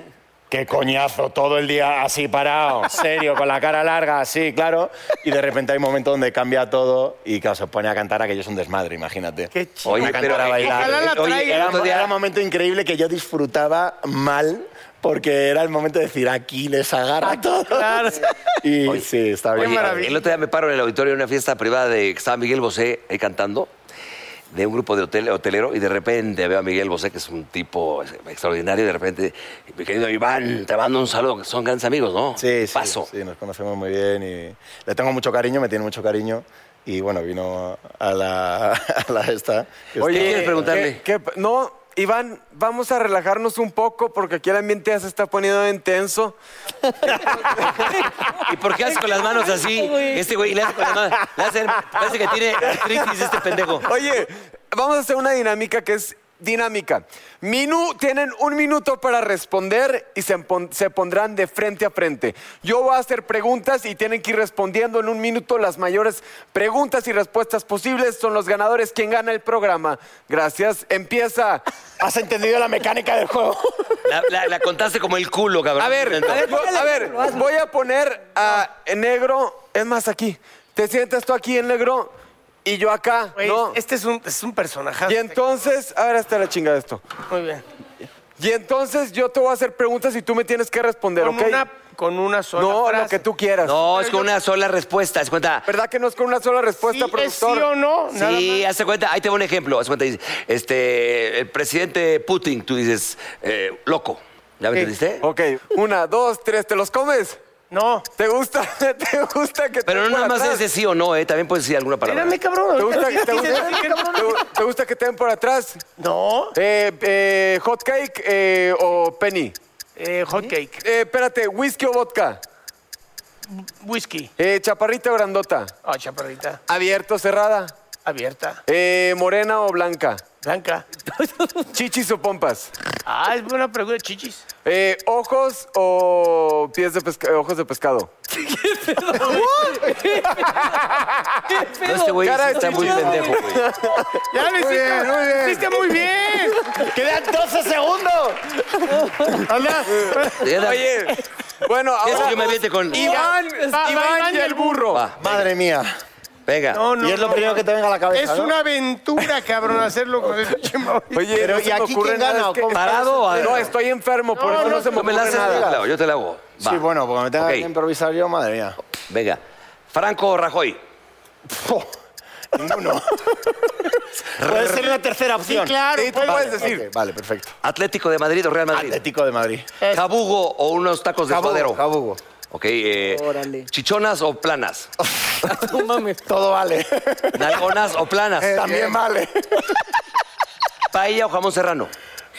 Qué coñazo, todo el día así parado, serio, con la cara larga, así, claro. Y de repente hay un momento donde cambia todo y, claro, se pone a cantar aquello es un desmadre, imagínate. Qué chido. Oye, Oye, pero- a bailar. Ojalá la Oye, traigan era, otro era un momento increíble que yo disfrutaba mal porque era el momento de decir, aquí les agarra a todos. Ah, Claro. Y sí, estaba Qué bien. maravilla. El otro día me paro en el auditorio de una fiesta privada de que estaba Miguel Bosé ahí cantando de un grupo de hotel, hotelero y de repente veo a Miguel Bosé, que es un tipo extraordinario, y de repente, mi querido Iván, te mando un saludo, que son grandes amigos, ¿no? Sí, sí, Paso. sí, nos conocemos muy bien y le tengo mucho cariño, me tiene mucho cariño y bueno, vino a la, a la esta. que Oye, está- ¿quieres preguntarle? ¿Qué- qué- no, Iván, vamos a relajarnos un poco porque aquí el ambiente ya se está poniendo intenso. ¿Y por qué haces con las manos así? Este güey le hace con las manos. le hace- parece que tiene artritis este pendejo. Oye, vamos a hacer una dinámica que es dinámica. Minu, tienen un minuto para responder y se, pon- se pondrán de frente a frente. Yo voy a hacer preguntas y tienen que ir respondiendo en un minuto las mayores preguntas y respuestas posibles. Son los ganadores quien gana el programa. Gracias. Empieza. Has entendido la mecánica del juego. La, la- la contaste como el culo, cabrón. A ver, a ver, póngale, a ver, hazlo, hazlo. voy a poner a negro. Es más, aquí. Te sientas tú aquí en negro y yo acá. Güey, ¿no? Este es un, es un personaje. Y entonces, a ver, hasta la chingada esto. Muy bien. Y entonces yo te voy a hacer preguntas y tú me tienes que responder, Con, ¿ok? una, con una sola no, frase. lo que tú quieras. No, es con una sola respuesta. Haz cuenta. ¿Verdad que no es con una sola respuesta, Sí, es sí productor? o no? nada Sí, más. hace cuenta, ahí te va un ejemplo. Haz cuenta, dice, este, el presidente Putin, tú dices, eh, loco. ¿Ya me entendiste? Ok, una, dos, tres, ¿te los comes? No. ¿Te gusta? ¿Te gusta que te Pero no den por nada más es atrás? de sí o no, ¿eh? También puedes decir alguna palabra. Espérame, cabrón. ¿Te gusta, ahorita- te gusta- Sí, cabrón. te gu- te gusta que te den por atrás? No. Eh, eh, ¿Hot cake eh, o penny? Eh, hot cake. Eh, espérate, ¿whisky o vodka? Whisky. Eh, ¿Chaparrita o grandota? Ah, chaparrita. ¿Abierta o cerrada? Abierta. Eh, ¿Morena o blanca? Blanca. ¿Chichis o pompas? Ah, es buena pregunta, chichis. Eh, ¿Ojos o pies de pesca- ojos de pescado? No, este güey sí Cara de está muy chichis. pendejo, güey. Ya lo hiciste. Lo hiciste muy bien. Quedan 12 segundos. Hola. Era- Bueno, ¿Quieres ahora... que me aviente con...? Iván, Va, Iván y el burro. Va, Madre mía. venga. No, no, y es lo no, primero no. que te venga a la cabeza. Es ¿no? una aventura, cabrón, hacerlo con el pinche móvil. Oye, Pero, no ¿y se me aquí ocurre quién nada, gana es o que- cómo? ¿Parado o algo? No, estoy enfermo, por eso no, se me ¿No ocurre me la haces? nada. Claro, yo te la hago. Va, Sí, bueno, porque me tenga Ok. que improvisar yo, madre mía. Venga. ¿Franco o Rajoy? Puh, Ninguno. Puede ser una tercera opción. Claro, Sí, tú pues, puedes decir. Ok, vale, perfecto. ¿Atlético de Madrid o Real Madrid? Atlético de Madrid. ¿Cabugo o unos tacos de suadero? Jabugo. Ok, eh, Órale. ¿chichonas o planas? No mames. Todo vale. ¿Nalgonas o planas? Eh, También vale. ¿Paella o jamón serrano?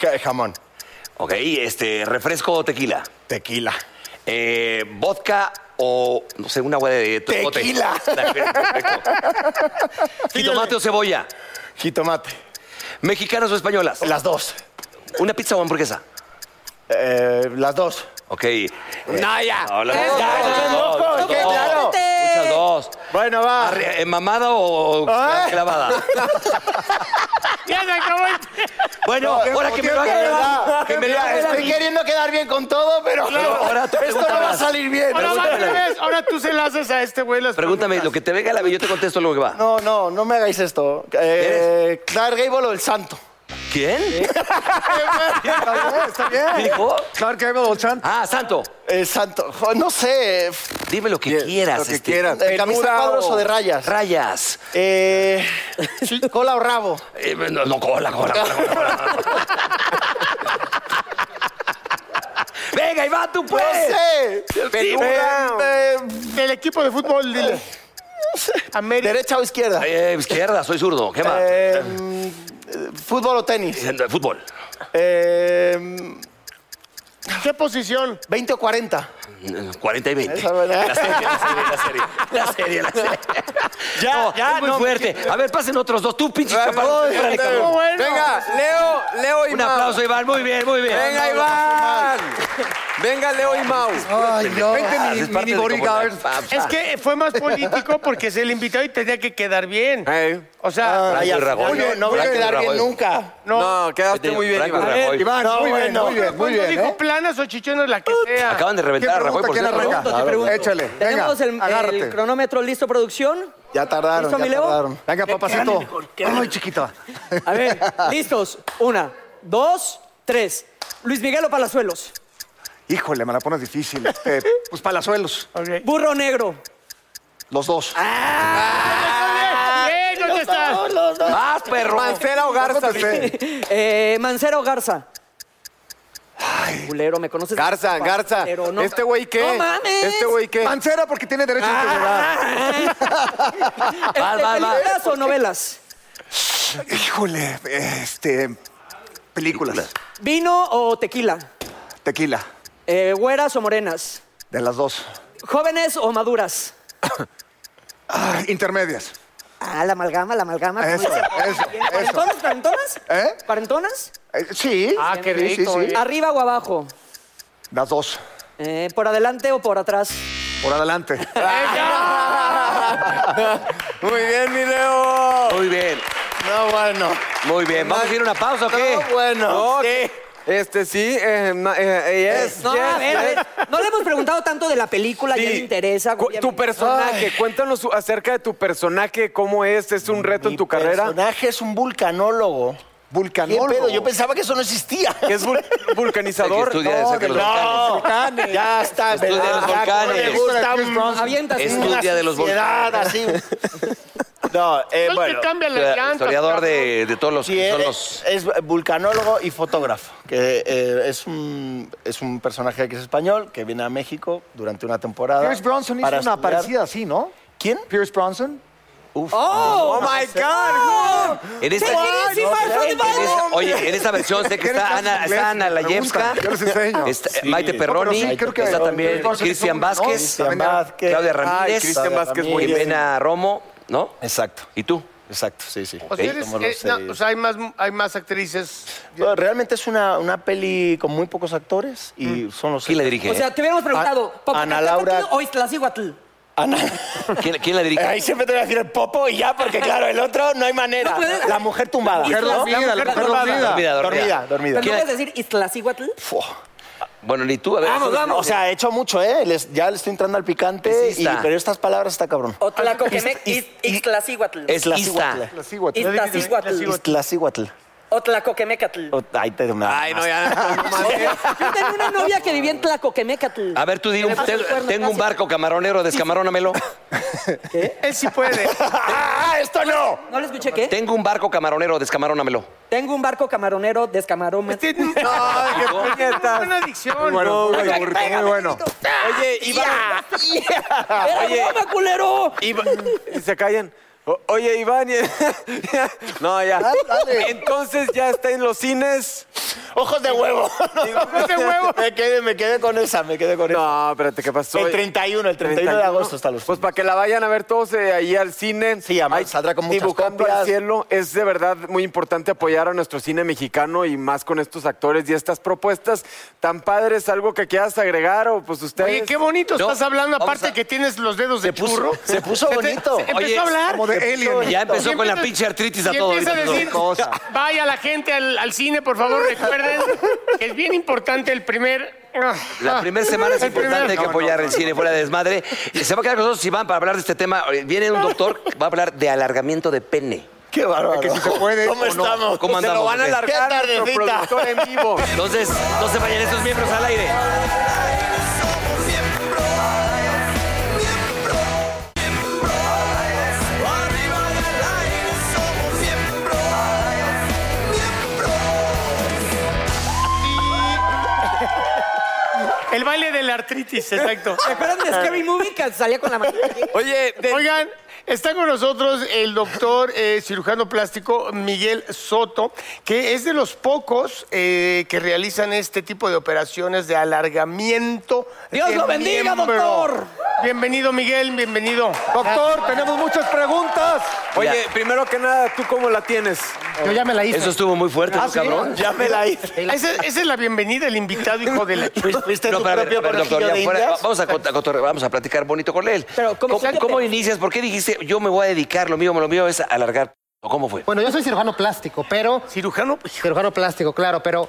eh, Ja- Jamón. Ok, este, ¿refresco o tequila? Tequila. Eh, ¿Vodka o, no sé, una agua de tecolote? Tequila. Perfecto. ¿Jitomate o cebolla? Jitomate. ¿Mexicanas o españolas? Las dos. Pues ¿Una pizza o hamburguesa? Eh, las dos. Ok. Eh, ¡Naya! ¡Naya, loco! ¡Qué claro! Muchas dos. Oh. Bueno, va. Arre- eh, ¿Mamada o Ah. clavada? Ya se acabó el Bueno, ahora que me lo hagan. que me lo hagan. Estoy queriendo quedar bien con todo, pero ahora te esto no va a preguntabas. salir bien. Ahora va al revés, ahora tú se la haces a este güey. las Pregúntame lo preguntas. que te venga a la vida, yo te contesto lo que va. No, no, no me hagáis esto. Eh, Clark Gable o el santo. ¿Quién? Está bien, está ¿Qué bien. dijo? Clark Gable, el santo. Ah, Santo. El Eh, santo. Jo, No sé. Dime lo que Bien, quieras. lo que este. quieras. Eh, ¿Camisa de Peluda cuadros o- o de rayas? Rayas. Eh, ¿Cola o rabo? Eh, no, no, cola, cola, cola, cola, cola. Venga, Iván, tú pues. No puedes. sé. Peluda. Eh, Del equipo de fútbol, dile. América. ¿Derecha o izquierda? Eh, izquierda, soy zurdo. ¿Qué más? Eh, mm, eh, ¿Fútbol o tenis? Diciendo de Fútbol. Eh, mm, ¿Qué posición? 20 o 40. 40 y 20. Esa buena. La serie, la serie, la serie. La serie, la serie. Ya, no, ya, es muy no, fuerte. A ver, pasen otros dos. Tú, pinche Ah, chaparro. Órale, cabrón. bueno. Venga, Leo, Leo y Un Mau. aplauso, Iván. Muy bien, muy bien. Venga, Iván. Venga, Leo y Mau. Ay, no. Vente, Ah, mini, es parte mini de bodyguard. cómo- Es que fue más político porque es el invitado y tenía que quedar bien. Ey. O sea, Rayas. y Rajoy. No, no, no voy a Franco y quedar bien Rajoy. nunca. no. No, quedaste muy bien, Franco Iván. Rajoy. Iván, No, muy bien, bueno. muy bien, Cuando muy bien. pues dijo ¿eh? Ah, planas o chichones, la que sea. Acaban de ¿Quién reventar a Rajoy, pregunta? por ¿Quién cierto. arranca? ¿no? Te pregunto. Échale, venga, Tenemos el, el agárrate. cronómetro listo, producción. Ya tardaron, ¿Listo, ya mi Leo? tardaron. Venga, papacito. Ay, chiquita. A ver, listos. Una, dos, tres. Luis Miguel o Palazuelos. Híjole, me la pones difícil. Este, pues palazuelos, Ok. Burro negro. los dos. Bien, ¿dónde estás? ¡Más, perro! Mancera o Garza. Eh, Mancera o Garza. Ay, culero, me conoces. Garza, Garza. Culero, no. ¿Este güey qué? No mames. ¿Este güey qué? Mancera porque tiene derecho a integridad. Este, Vas, vas, vas. ¿Películas o novelas? Híjole, este, películas. ¿Vino o tequila? Tequila, Eh, ¿Güeras o morenas? de las dos. ¿Jóvenes o maduras? Ah, intermedias. Ah, la amalgama, la amalgama. como Eso, dice. Pues, eso, eso. ¿Cuarentonas, cuarentonas? ¿Eh? ¿Cuarentonas? Eh, Sí. Ah, qué Sí, sí, rico, sí. eh. ¿Arriba o abajo? Las dos. Eh, ¿Por adelante o por atrás? Por adelante. Muy bien, mi Leo. Muy bien, No, bueno. muy bien. ¿Vamos a ir a una pausa o qué? No, bueno. No, Este sí. eh, ma- eh, eh, yes, No, yes, a ver, a yes. ver, no le hemos preguntado tanto de la película, ya le Sí. interesa. Cu- Tu obviamente. personaje, cuéntanos su- acerca de tu personaje, cómo es, es un reto en tu Mi carrera. personaje es un vulcanólogo. Vulcanólogo. ¿Qué pedo? Yo pensaba que eso no existía. ¿Qué es vul- vulcanizador? Estudia acerca de los volcanes. ya está. Estudia ¿verdad? los volcanes. Me gusta Avientas Estudia de los volcanes. ansiedad, así. No, eh, Soy el bueno. que cambia las llantas. historiador cabrón. de, de todos los... Sí, que son eh, los- es vulcanólogo y fotógrafo, que eh, es, un, es un personaje que es español, que viene a México durante una temporada. Pierce Bronson hizo para una estudiar. parecida así, ¿no? ¿Quién? Pierce Bronson. Uf. Oh, my God. En esta, Take it easy, No, my en friend. esta- oye, en esta versión sé que está Ana, está Ana Layevska, Yo les enseño. está Maite Perroni, No, pero sí, creo que- está Pierce también Brosnan es Cristian uno, ¿no? Vázquez, Cristian Vázquez. Claudia Ay, Ramírez, Cristian Vázquez, muy bien. Jimena Romo, ¿no? Exacto, ¿Y tú? exacto, sí, sí. O sea, Sí, eres- somos eh, los no, seis. o sea, hay más, hay más actrices. No, realmente es una, una peli con muy pocos actores y son los ¿Quién la seis. dirige? O sea, te hubiéramos preguntado, A- ¿Papá Ana Laura- o Iztaccíhuatl? Ana. ¿Quién, quién la dirige? Ah, Ahí siempre te voy a decir el popo y ya, porque claro, el otro no hay manera. No puedes- La mujer tumbada. Mujer ¿no? dormida, la mujer dormida. dormida. Dormida, dormida. ¿Pero no ¿Quién- puedes decir Iztaccíhuatl? Bueno, ni tú, a ver. Vamos, vamos. Pues, O sea, he hecho mucho, ¿eh? Les- ya le estoy entrando al picante, y, Pesista. pero estas palabras está cabrón. Ah, O Tlacoquemec, Iz- Iztaccíhuatl. Es Ista. Iztaccíhuatl. Iztaccíhuatl. Iztaccíhuatl. O Tlacoquemecatl. O- Ahí te doy una. Ay, no, ya. no mames. Yo tenía una novia que vivía en Tlacoquemecatl. A ver, tú di, un- Me te- pasa el cuerno tengo un casi. barco camaronero, descamarónamelo. Él sí puede. ¡Ah, esto no! ¿No le escuché qué? Tengo un barco camaronero, descamarónamelo. Tengo un barco camaronero, descamarón. Tiene Ay, qué puñetas. una adicción. Bueno, muy bueno, muy bueno. Oye, Iván. ¡Era broma, culero! Y se callan. O- oye, Iván. y- no, ya. Entonces ya está en los cines. ¡Ojos de huevo! Ojos de huevo. me, quedé, me quedé con esa, me quedé con esa. No, espérate, ¿qué pasó? El 31, el 31 de agosto está los Pues para que la vayan a ver todos eh, ahí al cine. Sí, además Ahí, saldrá con muchas Dibujando copias. al cielo. Es de verdad muy importante apoyar a nuestro cine mexicano y más con estos actores y estas propuestas tan padres. ¿Algo que quieras agregar o pues ustedes? Oye, qué bonito No, estás hablando, vamos aparte a- que tienes los dedos de puso- churro. se puso te- bonito. se empezó Oye, a hablar. como de Alien. Ya Y empezó con la empieza- pinche artritis a y todo. empieza a ahorita. decir, vaya la gente al, al cine, por favor, recuerden que es bien importante el primer... Ah. La primera semana es El primer- importante hay que No, apoyar el cine fuera de desmadre. Se va a quedar con nosotros Iván para hablar de este tema. Viene un doctor, va a hablar de alargamiento de pene. ¡Qué bárbaro! Que si se puede ¿Cómo o no. estamos? ¿Cómo Se andamos? lo van a ¿Qué? alargar a Nuestro nuestro productor. productor en vivo. Entonces, no se vayan estos miembros al aire. Arriba del aire somos miembros. El baile de la artritis, exacto. ¿Se acuerdan de Scary Movie que salía con la mano? Oye, de- Oigan, está con nosotros el doctor eh, cirujano plástico Miguel Soto, que es de los pocos eh, que realizan este tipo de operaciones de alargamiento. Dios de lo bendiga, miembro. doctor. Bienvenido, Miguel, bienvenido. Doctor, tenemos muchas preguntas. oye, primero que nada, ¿tú cómo la tienes? Yo ya me la hice. Eso estuvo muy Ah, fuerte, ¿no, cabrón. Ya me la hice. Esa, esa es la bienvenida, el invitado, hijo de la... Fuiste- ¿Fuiste No, tu pero a ver, propio a ver, doctor, conejillo ya de fuera- indias? vamos, a, cont- a cotorre- vamos a platicar bonito con él. Pero, ¿cómo- ¿Cómo, cómo inicias? ¿Por qué dijiste, yo me voy a dedicar, lo mío, lo mío es alargar? ¿O ¿Cómo fue? Bueno, yo soy cirujano plástico, pero. Cirujano, Cirujano plástico, claro, pero.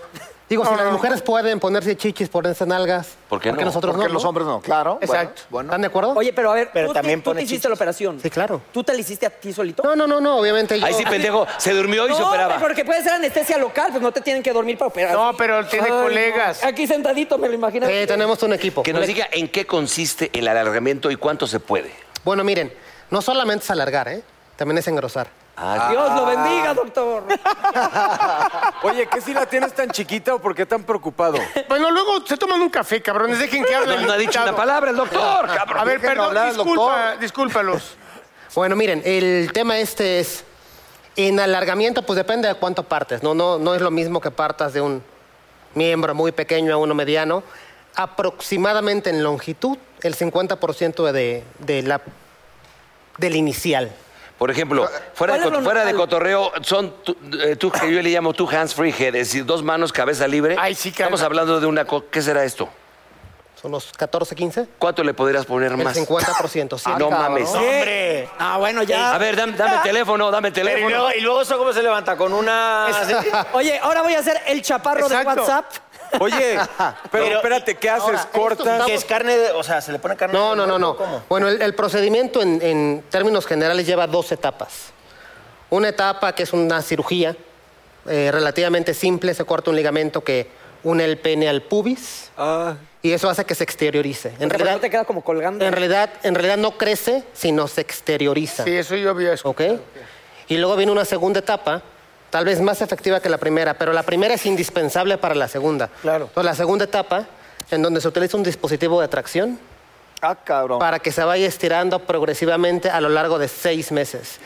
Digo, si las mujeres pueden ponerse chichis, ponerse nalgas. ¿Por qué no? nosotros Porque no? los no? hombres no, claro. Exacto. ¿Están de acuerdo? Oye, pero a ver, Pero ¿tú, también te, tú te pone hiciste chichis. la operación. Sí, claro. ¿Tú te la hiciste a ti solito? No, no, no, no, obviamente yo. Ahí sí, pendejo, se durmió y se No, operaba. porque puede ser anestesia local, pues no te tienen que dormir para operar. No, pero tiene no. colegas. Aquí sentadito, me lo imagino. Sí, tenemos un equipo. Que nos diga en qué consiste el alargamiento y cuánto se puede. Bueno, miren, no solamente es alargar, ¿eh? También es engrosar. Dios lo bendiga, doctor. Oye, ¿qué si la tienes tan chiquita o por qué tan preocupado? Bueno, luego se toman un café, cabrones, dejen que hable No, el no ha dicho invitado. una palabra el doctor, cabrón. A ver, Déjenlo perdón, hablar al disculpa, doctor. discúlpalos. Bueno, miren, el tema este es. En alargamiento, pues depende de cuánto partes. No, no, no es lo mismo que partas de un miembro muy pequeño a uno mediano. Aproximadamente en longitud, el 50% de, de la, del inicial. Por ejemplo, fuera, ¿Cuál de, es cot- lo fuera de normal? cotorreo, son tú, eh, tú- que yo le llamo tú hands free head, es decir, dos manos, cabeza libre. Ay, sí, cabrón. Estamos hablando de una... co- ¿Qué será esto? Son los 14, 15. ¿Cuánto le podrías poner El más? 50%, sí. no mames. ¡Hombre! Ah, bueno, ya. A ver, dame, dame el teléfono, dame el Pero y teléfono. luego, y luego eso cómo se levanta, con una... Oye, ahora voy a hacer el chaparro de Exacto. WhatsApp. Oye, pero, Pero- espérate, ¿qué haces? Ahora, esto ¿Cortas? Que es carne de... O sea, ¿se le pone carne No, de no, no, muerto? no. Bueno, el, el procedimiento en, en términos generales lleva dos etapas. Una etapa que es una cirugía eh, relativamente simple, se corta un ligamento que une el pene al pubis y eso hace que se exteriorice. En Porque realidad, no te queda como colgando. en realidad, en realidad no crece, sino se exterioriza. Sí, eso yo había ¿Ok? Ah, Y luego viene una segunda etapa, tal vez más efectiva que la primera, pero la primera es indispensable para la segunda. Claro. Entonces, la segunda etapa, en donde se utiliza un dispositivo de tracción Ah, cabrón. para que se vaya estirando progresivamente a lo largo de seis meses.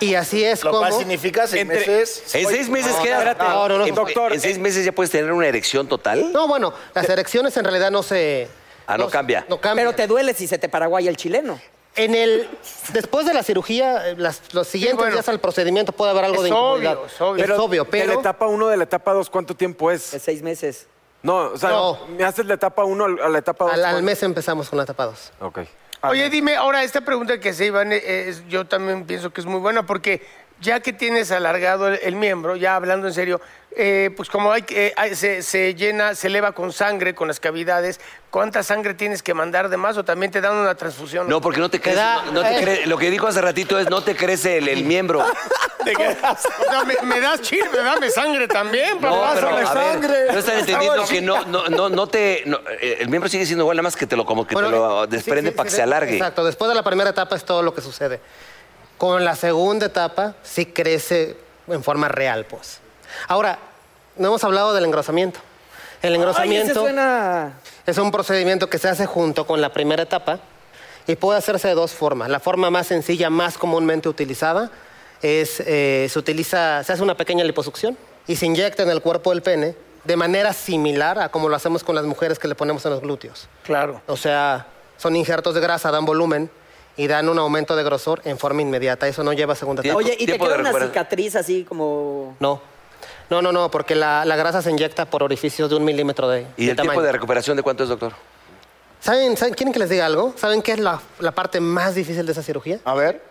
Y así es Lo como... cual significa seis meses. En seis meses no, quedas. espérate. No, no, no. en, Doctor, eh. en seis meses ya puedes tener una erección total. No, bueno, las erecciones en realidad no se... Ah, no se- cambia. No cambia. Pero te duele si se te paraguaya el chileno. En el, después de la cirugía, eh, las- los siguientes bueno. días al procedimiento puede haber algo Es de obvio, incomodidad. es obvio. Es obvio, De pero... la etapa 1 de la etapa 2, ¿cuánto tiempo De es? seis meses. No, o sea, No. me haces la etapa 1 a la etapa 2. Al, al mes empezamos con la etapa 2. Ok. Oye, dime, ahora esta pregunta que hace Iván, eh, es- yo también pienso que es muy buena porque ya que tienes alargado el, el miembro, ya hablando en serio, eh, pues como hay, que- eh, hay- se, se llena, se eleva con sangre, con las cavidades, ¿cuánta sangre tienes que mandar de más o también te dan una transfusión? No, pues- porque no te crece. da- no- no te eh. crece- lo que dijo hace ratito es no te crece el, el miembro. O sea, me, me das chile, me dame sangre también, No, papá. pero a ver, sangre. no están entendiendo que no, no, no, no te. no, eh, el miembro sigue siendo igual, nada más que te lo como que te lo eh, desprende sí, sí, para que sí, se alargue. Exacto, después de la primera etapa es todo lo que sucede. Con la segunda etapa sí crece en forma real, pues. Ahora, no hemos hablado del engrosamiento. El Ay, ese engrosamiento suena... es un procedimiento que se hace junto con la primera etapa y puede hacerse de dos formas. La forma más sencilla, más comúnmente utilizada, es eh, se utiliza, se hace una pequeña liposucción y se inyecta en el cuerpo del pene de manera similar a como lo hacemos con las mujeres que le ponemos en los glúteos. Claro. O sea, son injertos de grasa, dan volumen y dan un aumento de grosor en forma inmediata. Eso no lleva a segunda etapa. Tiempo- Oye, y te tiempo de queda una recuperación. cicatriz así como... No. No, no, no, porque la, la grasa se inyecta por orificios de un milímetro de, ¿Y de el tamaño. tiempo de recuperación de cuánto es, doctor? ¿Saben, saben- quieren que les diga algo? ¿Saben qué es la, la parte más difícil de esa cirugía? A ver.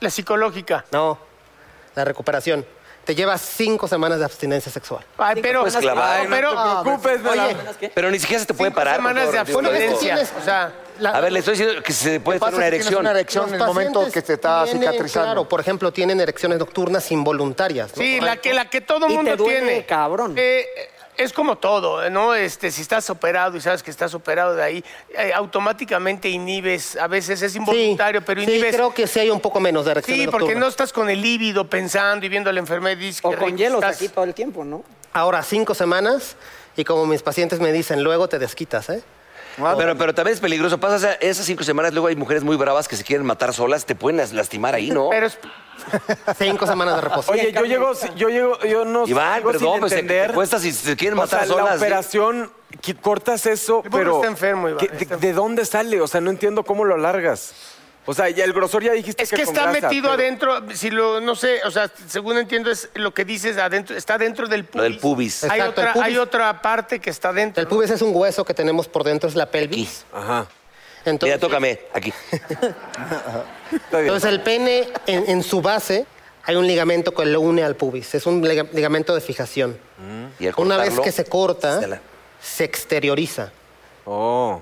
La psicológica. No, la recuperación. Te lleva cinco semanas de abstinencia sexual. Ay, pero, puedes clavar, no, pero Preocupes, me la- Oye, Pero ni siquiera se te puede cinco parar. semanas de doctor. Digo, Bueno, es que abstinencia. tienes- O sea, la- A ver, le estoy diciendo que se puede Pasa tener una que tienes erección. una erección en los el momento pacientes que te está tienen, cicatrizando. Claro, por ejemplo, tienen erecciones nocturnas involuntarias. ¿no? Sí, la que, la que todo Y te mundo duele, tiene. cabrón. Eh, es como todo, ¿no? Este, si estás operado y sabes que estás operado de ahí, eh, automáticamente inhibes, a veces es involuntario, sí, pero sí, inhibes. creo que sí hay un poco menos de erección Sí, porque no estás con el líbido pensando y viendo a la enfermedad. y dices, O qué con rico hielos estás. aquí todo el tiempo, ¿no? Ahora, cinco semanas, y como mis pacientes me dicen, luego te desquitas, ¿eh? Pero, pero también es peligroso. Pasas a- esas cinco semanas, luego hay mujeres muy bravas que se quieren matar solas, te pueden las- lastimar ahí, ¿no? Pero es- Cinco semanas de pues reposo. Oye, yo carne llego, ahorita. yo llego, yo no Iván, sigo sin perdón, pues te, entender. te cuesta si se quieren O matar sea, solas. ¿eh? la ¿sí? operación, que cortas eso, El burro pero... está enfermo, Iván, ¿qué- está de, enfermo. de dónde sale? O sea, no entiendo cómo lo alargas. O sea, ya el grosor ya dijiste es que con está grasa, metido pero- adentro, si lo, no sé, o sea, según entiendo es lo que dices adentro, está dentro del pubis. Lo del pubis. Hay, Exacto, el otra, pubis. hay otra parte que está dentro. El ¿no? pubis es un hueso que tenemos por dentro, es la pelvis. Ajá. Entonces, Mira, tócame, aquí. Está bien. entonces el pene, en, en su base, hay un ligamento que lo une al pubis. Es un liga- ligamento de fijación. Y al Una vez cortarlo, que se corta, se la- se exterioriza. Oh.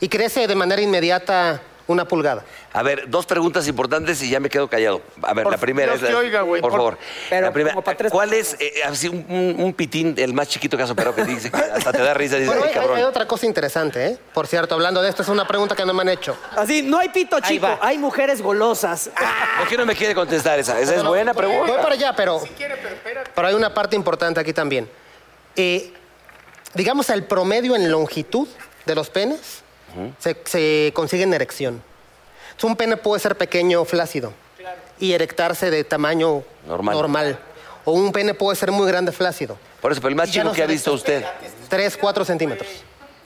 Y crece de manera inmediata una pulgada. A ver, dos preguntas importantes y ya me quedo callado. A ver, Por la primera Dios es. te la, oiga, güey, Por, por- favor. Pero la primera, como para tres ¿Cuál es eh, así un, un- un pitín, el más chiquito que has operado, que dice que hasta te da risa? Dices, Bueno, "Ay, hay, hay cabrón. otra cosa interesante, ¿eh? Por cierto, hablando de esto, es una pregunta que no me han hecho. Así, no hay pito chico, va. Ah. hay mujeres golosas. ¿Por qué no me quiere contestar esa? Esa es buena pregunta. Voy para allá, pero. Pero hay una parte importante aquí también. Eh, digamos, el promedio en longitud de los penes se, se consigue en erección. Entonces, un pene puede ser pequeño o flácido y erectarse de tamaño Normal. O un pene puede ser muy grande flácido. Por eso, pero el más Y ya chico no que ha se visto usted. 3, 4 centímetros.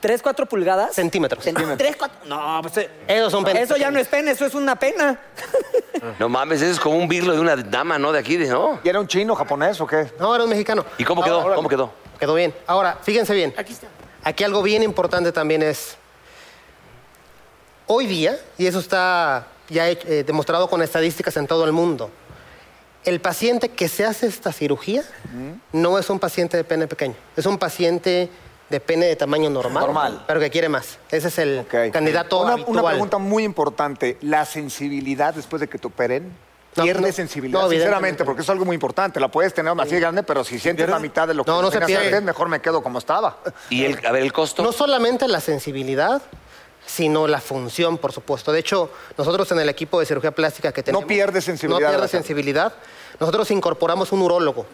¿Tres, cuatro pulgadas? Centímetros. Cent- ¿Tres, cuatro? No, pues... eh, Esos son penes Eso ya pequeños. no es pena, eso es una pena. No mames, ese es como un virlo de una dama, ¿no? De aquí, de- ¿no? ¿Y era un chino, japonés o qué? No, era un mexicano. ¿Y cómo quedó? Ahora- ¿Cómo quedó? Quedó bien. Ahora, fíjense bien. Aquí está. Aquí algo bien importante también es. Hoy día, y eso está ya eh, demostrado con estadísticas en todo el mundo, el paciente que se hace esta cirugía no es un paciente de pene pequeño, es un paciente de pene de tamaño normal, Normal. pero que quiere más. Ese es el Ok. candidato una, una habitual. pregunta muy importante. ¿La sensibilidad después de que te operen? pierde sensibilidad, no, sinceramente, evidentemente. porque es algo muy importante. La puedes tener así de grande, pero si sientes la mitad de lo que No, no se tenías pierde. antes, mejor me quedo como estaba. Y el, a ver, el costo. No solamente la sensibilidad, sino la función, por supuesto. De hecho, nosotros en el equipo de cirugía plástica que tenemos... pierde sensibilidad, No pierde ¿verdad? sensibilidad. Nosotros incorporamos un urólogo,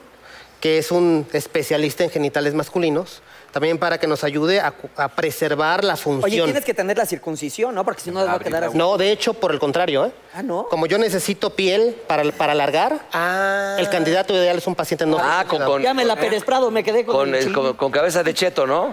que es un especialista en genitales masculinos, también para que nos ayude a, cu- a preservar la función. Oye, tienes que tener la circuncisión, ¿no? Porque si no, va a quedar así. No, de hecho, por el contrario. ¿eh? Ah, ¿no? Como yo necesito piel para, para alargar, Ah. el candidato ideal es un paciente no Ah, con, con, Ya me la Pérez Prado, me quedé con, con el el- chin. con- con cabeza de cheto, ¿no?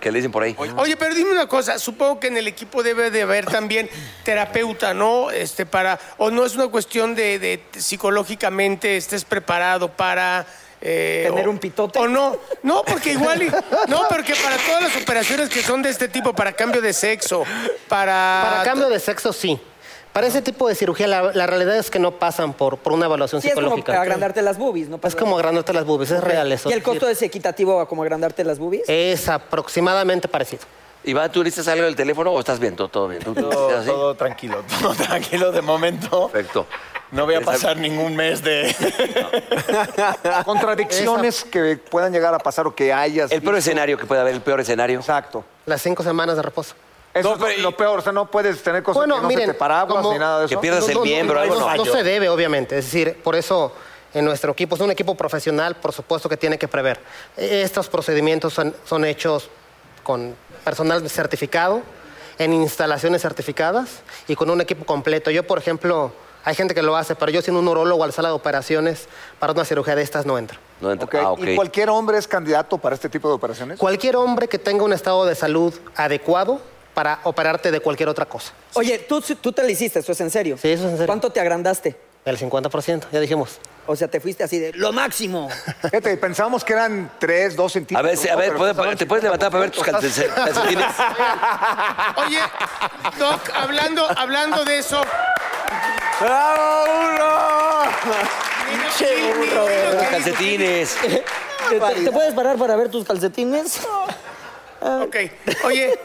Que le dicen por ahí. Oye, pero dime una cosa, supongo que en el equipo debe de haber también terapeuta, ¿no? Este para o no es una cuestión de, de psicológicamente estés preparado para eh, Tener o- un pitote. O no, no, porque igual, y- no, porque para todas las operaciones que son de este tipo, para cambio de sexo, para... Ah, Para cambio de sexo, sí. Para ese tipo de cirugía, la, la realidad es que no pasan por, por una evaluación Sí, es como psicológica. agrandarte las boobies, ¿no? Es como agrandarte las boobies, es real eso. ¿Y el costo es equitativo a como agrandarte las boobies? Es aproximadamente parecido. Iván, ¿tú necesitas algo del teléfono o estás bien? ¿Todo, todo bien? ¿Tú- tú- Todo, así? todo tranquilo, todo tranquilo de momento. Perfecto. No voy a Esa- pasar ningún mes de... Contradicciones que puedan llegar a pasar o que hayas. El peor visto. escenario que puede haber, el peor escenario. Exacto. Las cinco semanas de reposo. Eso es lo, lo peor, o sea, no puedes tener cosas Bueno, que no miren, se te paraguas como- ni nada de Que eso. pierdas el miembro, algo no. no, no se debe, obviamente. Es decir, por eso en nuestro equipo, es un equipo profesional, por supuesto que tiene que prever. Eh, Estos procedimientos son, son hechos con personal certificado, en instalaciones certificadas y con un equipo completo. Yo, por ejemplo, hay gente que lo hace, pero yo sin un urólogo al sala de operaciones para una cirugía de estas no entro. No entra- Ok, Ah, ok. ¿Y cualquier hombre es candidato para este tipo de operaciones? Cualquier hombre que tenga un estado de salud adecuado para operarte de cualquier otra cosa. Oye, tú, tú te la hiciste, eso es en serio. Sí, eso es en serio. ¿Cuánto te agrandaste? El 50%, ya dijimos. O sea, te fuiste así de lo máximo. Fíjate, pensábamos que eran 3, 2 A centímetros. ver, sí, a ¿no? ver, Pero ¿puedes- estaban ¿te puedes levantar para ver tus 50%. calce- calcetines? Oye, Doc, hablando, hablando de eso... ¡Bravo, uno! ni- ni- ni- ni lo que Tus dijo calcetines. ¿Te, te- te puedes parar para ver tus calcetines? Ok. Oye,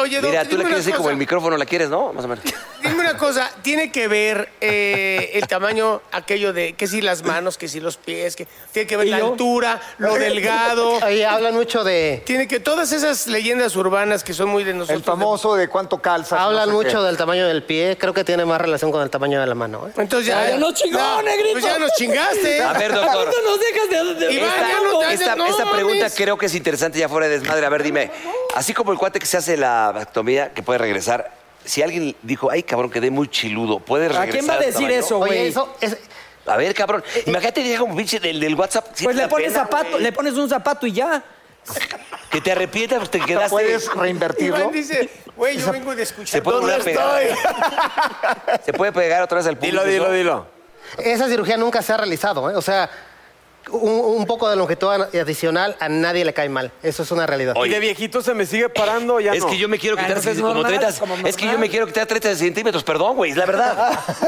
oye, Doc, Mira, tú dime una la quieres así como cosa. el micrófono, la quieres, ¿no? Más o menos. Dime una cosa, tiene que ver eh, el tamaño, aquello de que si las manos, que si los pies, que tiene que ver ¿Y la yo? altura, lo delgado. Ahí hablan mucho de... Tiene que todas esas leyendas urbanas que son muy de nosotros. El famoso de cuánto calza. Hablan no sé mucho qué. del tamaño del pie, creo que tiene más relación con el tamaño de la mano. ¿eh? de- Entonces ya. Ay, ya nos chingó, negrito. Pues ya nos chingaste. A ver, doctor. Ahorita nos dejas de... de- Iván, Está- ya no te- Esta, no esta pregunta mames. creo que es interesante ya fuera de desmadre. A ver, dime, así como el cuate que se hace la vasectomía, que puede regresar, si alguien dijo, ay, cabrón, quedé muy chiludo, ¿puede ¿A regresar? quién va a al decir tamaño? eso, Oye, güey? eso es... A ver, cabrón, imagínate que llega un pinche del, del WhatsApp. ¿sí Pues le te da pones pena, zapato, güey? le pones un zapato y ya. Que te arrepientas, pues te ¿Te quedaste... puedes reinvertirlo? Iván dice, güey, yo vengo de Se escuchar. puede volver a pegar. Se puede pegar otra vez al público. Dilo, dilo, ¿no? dilo. Esa cirugía nunca se ha realizado, ¿eh? o sea, un, un poco de longitud an- adicional a nadie le cae mal, eso es una realidad. Y de viejito se me sigue parando, ya Es no. que yo me quiero quitar Ah, entonces es como normal, 30, como es que yo normal. me quiero quitar 30 centímetros, perdón, güey, es la verdad.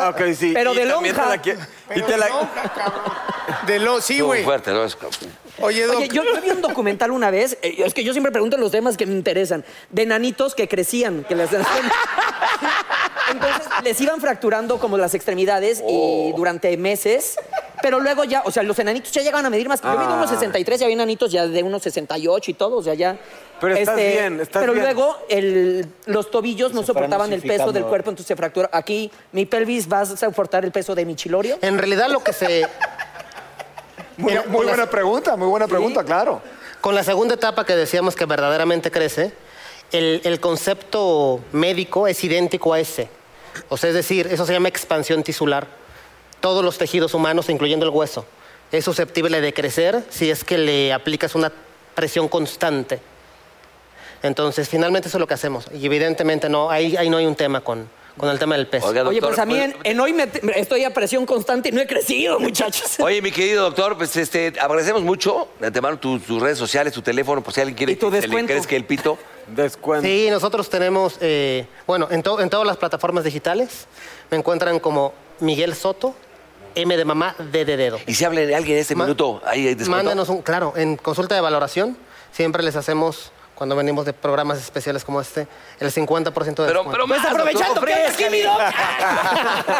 Ah, ok, sí. Pero Y de también te lonja. la qui- Pero y te la- lonja, cabrón. De lo, sí, Muy güey. fuerte, ¿no? Es- Pues, Oye, Doc. Oye, yo, yo vi un documental una vez, eh, es que yo siempre pregunto los temas que me interesan, de nanitos que crecían, que les Entonces les iban fracturando como las extremidades Oh. y durante meses, pero luego ya, o sea, los enanitos ya llegaban a medir más. Yo Ah. mido unos 63 y había enanitos ya de unos 68 y todo, o sea, ya. este, Pero estás bien, estás Pero bien. luego el- los tobillos no se fueron soportaban el peso del osificando. cuerpo, entonces se fracturó. Aquí mi pelvis va a soportar el peso de mi chilorio. En realidad lo que se... Muy, Mira, muy las- buena pregunta, muy buena pregunta, claro. Con la segunda etapa que decíamos que verdaderamente crece, el, el concepto médico es idéntico a ese. O sea, es decir, eso se llama expansión tisular. Todos los tejidos humanos, incluyendo el hueso, es susceptible de crecer si es que le aplicas una presión constante. Entonces, finalmente eso es lo que hacemos. Y evidentemente no, ahí, ahí no hay un tema con, con el tema del peso. Oiga, Oye, doctor, pues a mí en, en hoy me te- me- estoy a presión constante y no he crecido, muchachos. Oye, mi querido doctor, pues este, agradecemos mucho de antemano tus, tus redes sociales, tu teléfono, por si alguien quiere Y tu que se le descuento. crezca el pito. Descuento. Sí, nosotros tenemos, eh, bueno, en, to- en todas las plataformas digitales me encuentran como Miguel Soto, M de mamá, D de dedo. Y si habla de alguien en este Ma- minuto, ahí hay descuento. Mándanos un, claro, en consulta de valoración siempre les hacemos cuando venimos de programas especiales como este, el 50% de descuento. pero Pues más, aprovechando doctor, que andas aquí, mi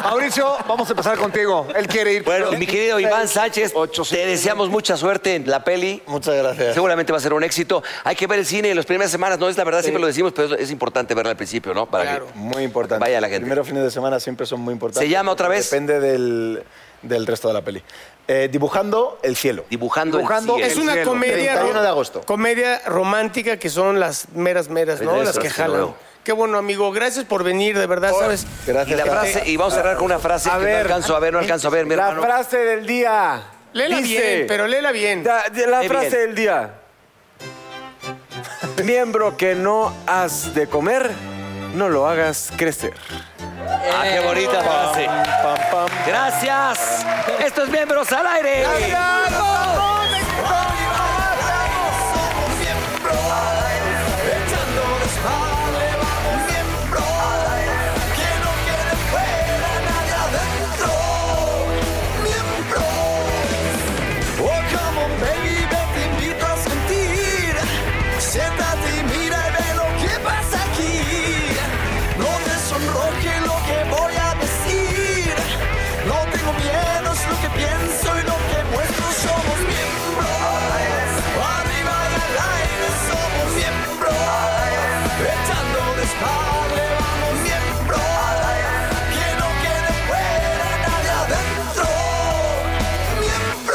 Mauricio, vamos a empezar contigo. Él quiere ir. Bueno, mi querido Iván Sánchez, te deseamos mucha suerte en la peli. Muchas gracias. Seguramente va a ser un éxito. Hay que ver el cine en las primeras semanas, ¿no? Es la verdad, siempre lo decimos, pero es importante verla al principio, ¿no? Para que- Muy importante. Vaya la gente. Primeros fines de semana siempre son muy importantes. ¿Se llama otra vez? Depende del, del resto de la peli. Eh, dibujando el cielo. Dibujando, Dibujando el Es cielo. un- una cielo. comedia. 31 de agosto. Comedia romántica que son las meras, meras, ¿no? Eso, Las que desde jalan. luego. Qué bueno, amigo. Gracias por venir, de verdad, ¿sabes? Gracias. Y la Carlos. frase, y vamos a cerrar con una frase que no alcanzo a ver, no alcanzo a ver, mi La hermano. frase del día. Léela Dice- bien, pero léela bien. Da- de- La, Qué frase bien. del día. Miembro que no has de comer, no lo hagas crecer. Ah, qué bonita frase. Gracias. Esto es Miembros al Aire. Somos miembros, echando desmadre, vamos miembros, que no quede fuera nadie adentro, miembros. Oh, come on, baby, ven, te invito a sentir, siéntate y mira y ve lo que pasa aquí. No te sonroje lo que voy a decir, no tengo miedo, es lo que pienso y lo que muestro, somos miembros. Arriba del aire somos miembros, echando desmadre vamos miembros, que no quede fuera nadie adentro, miembros.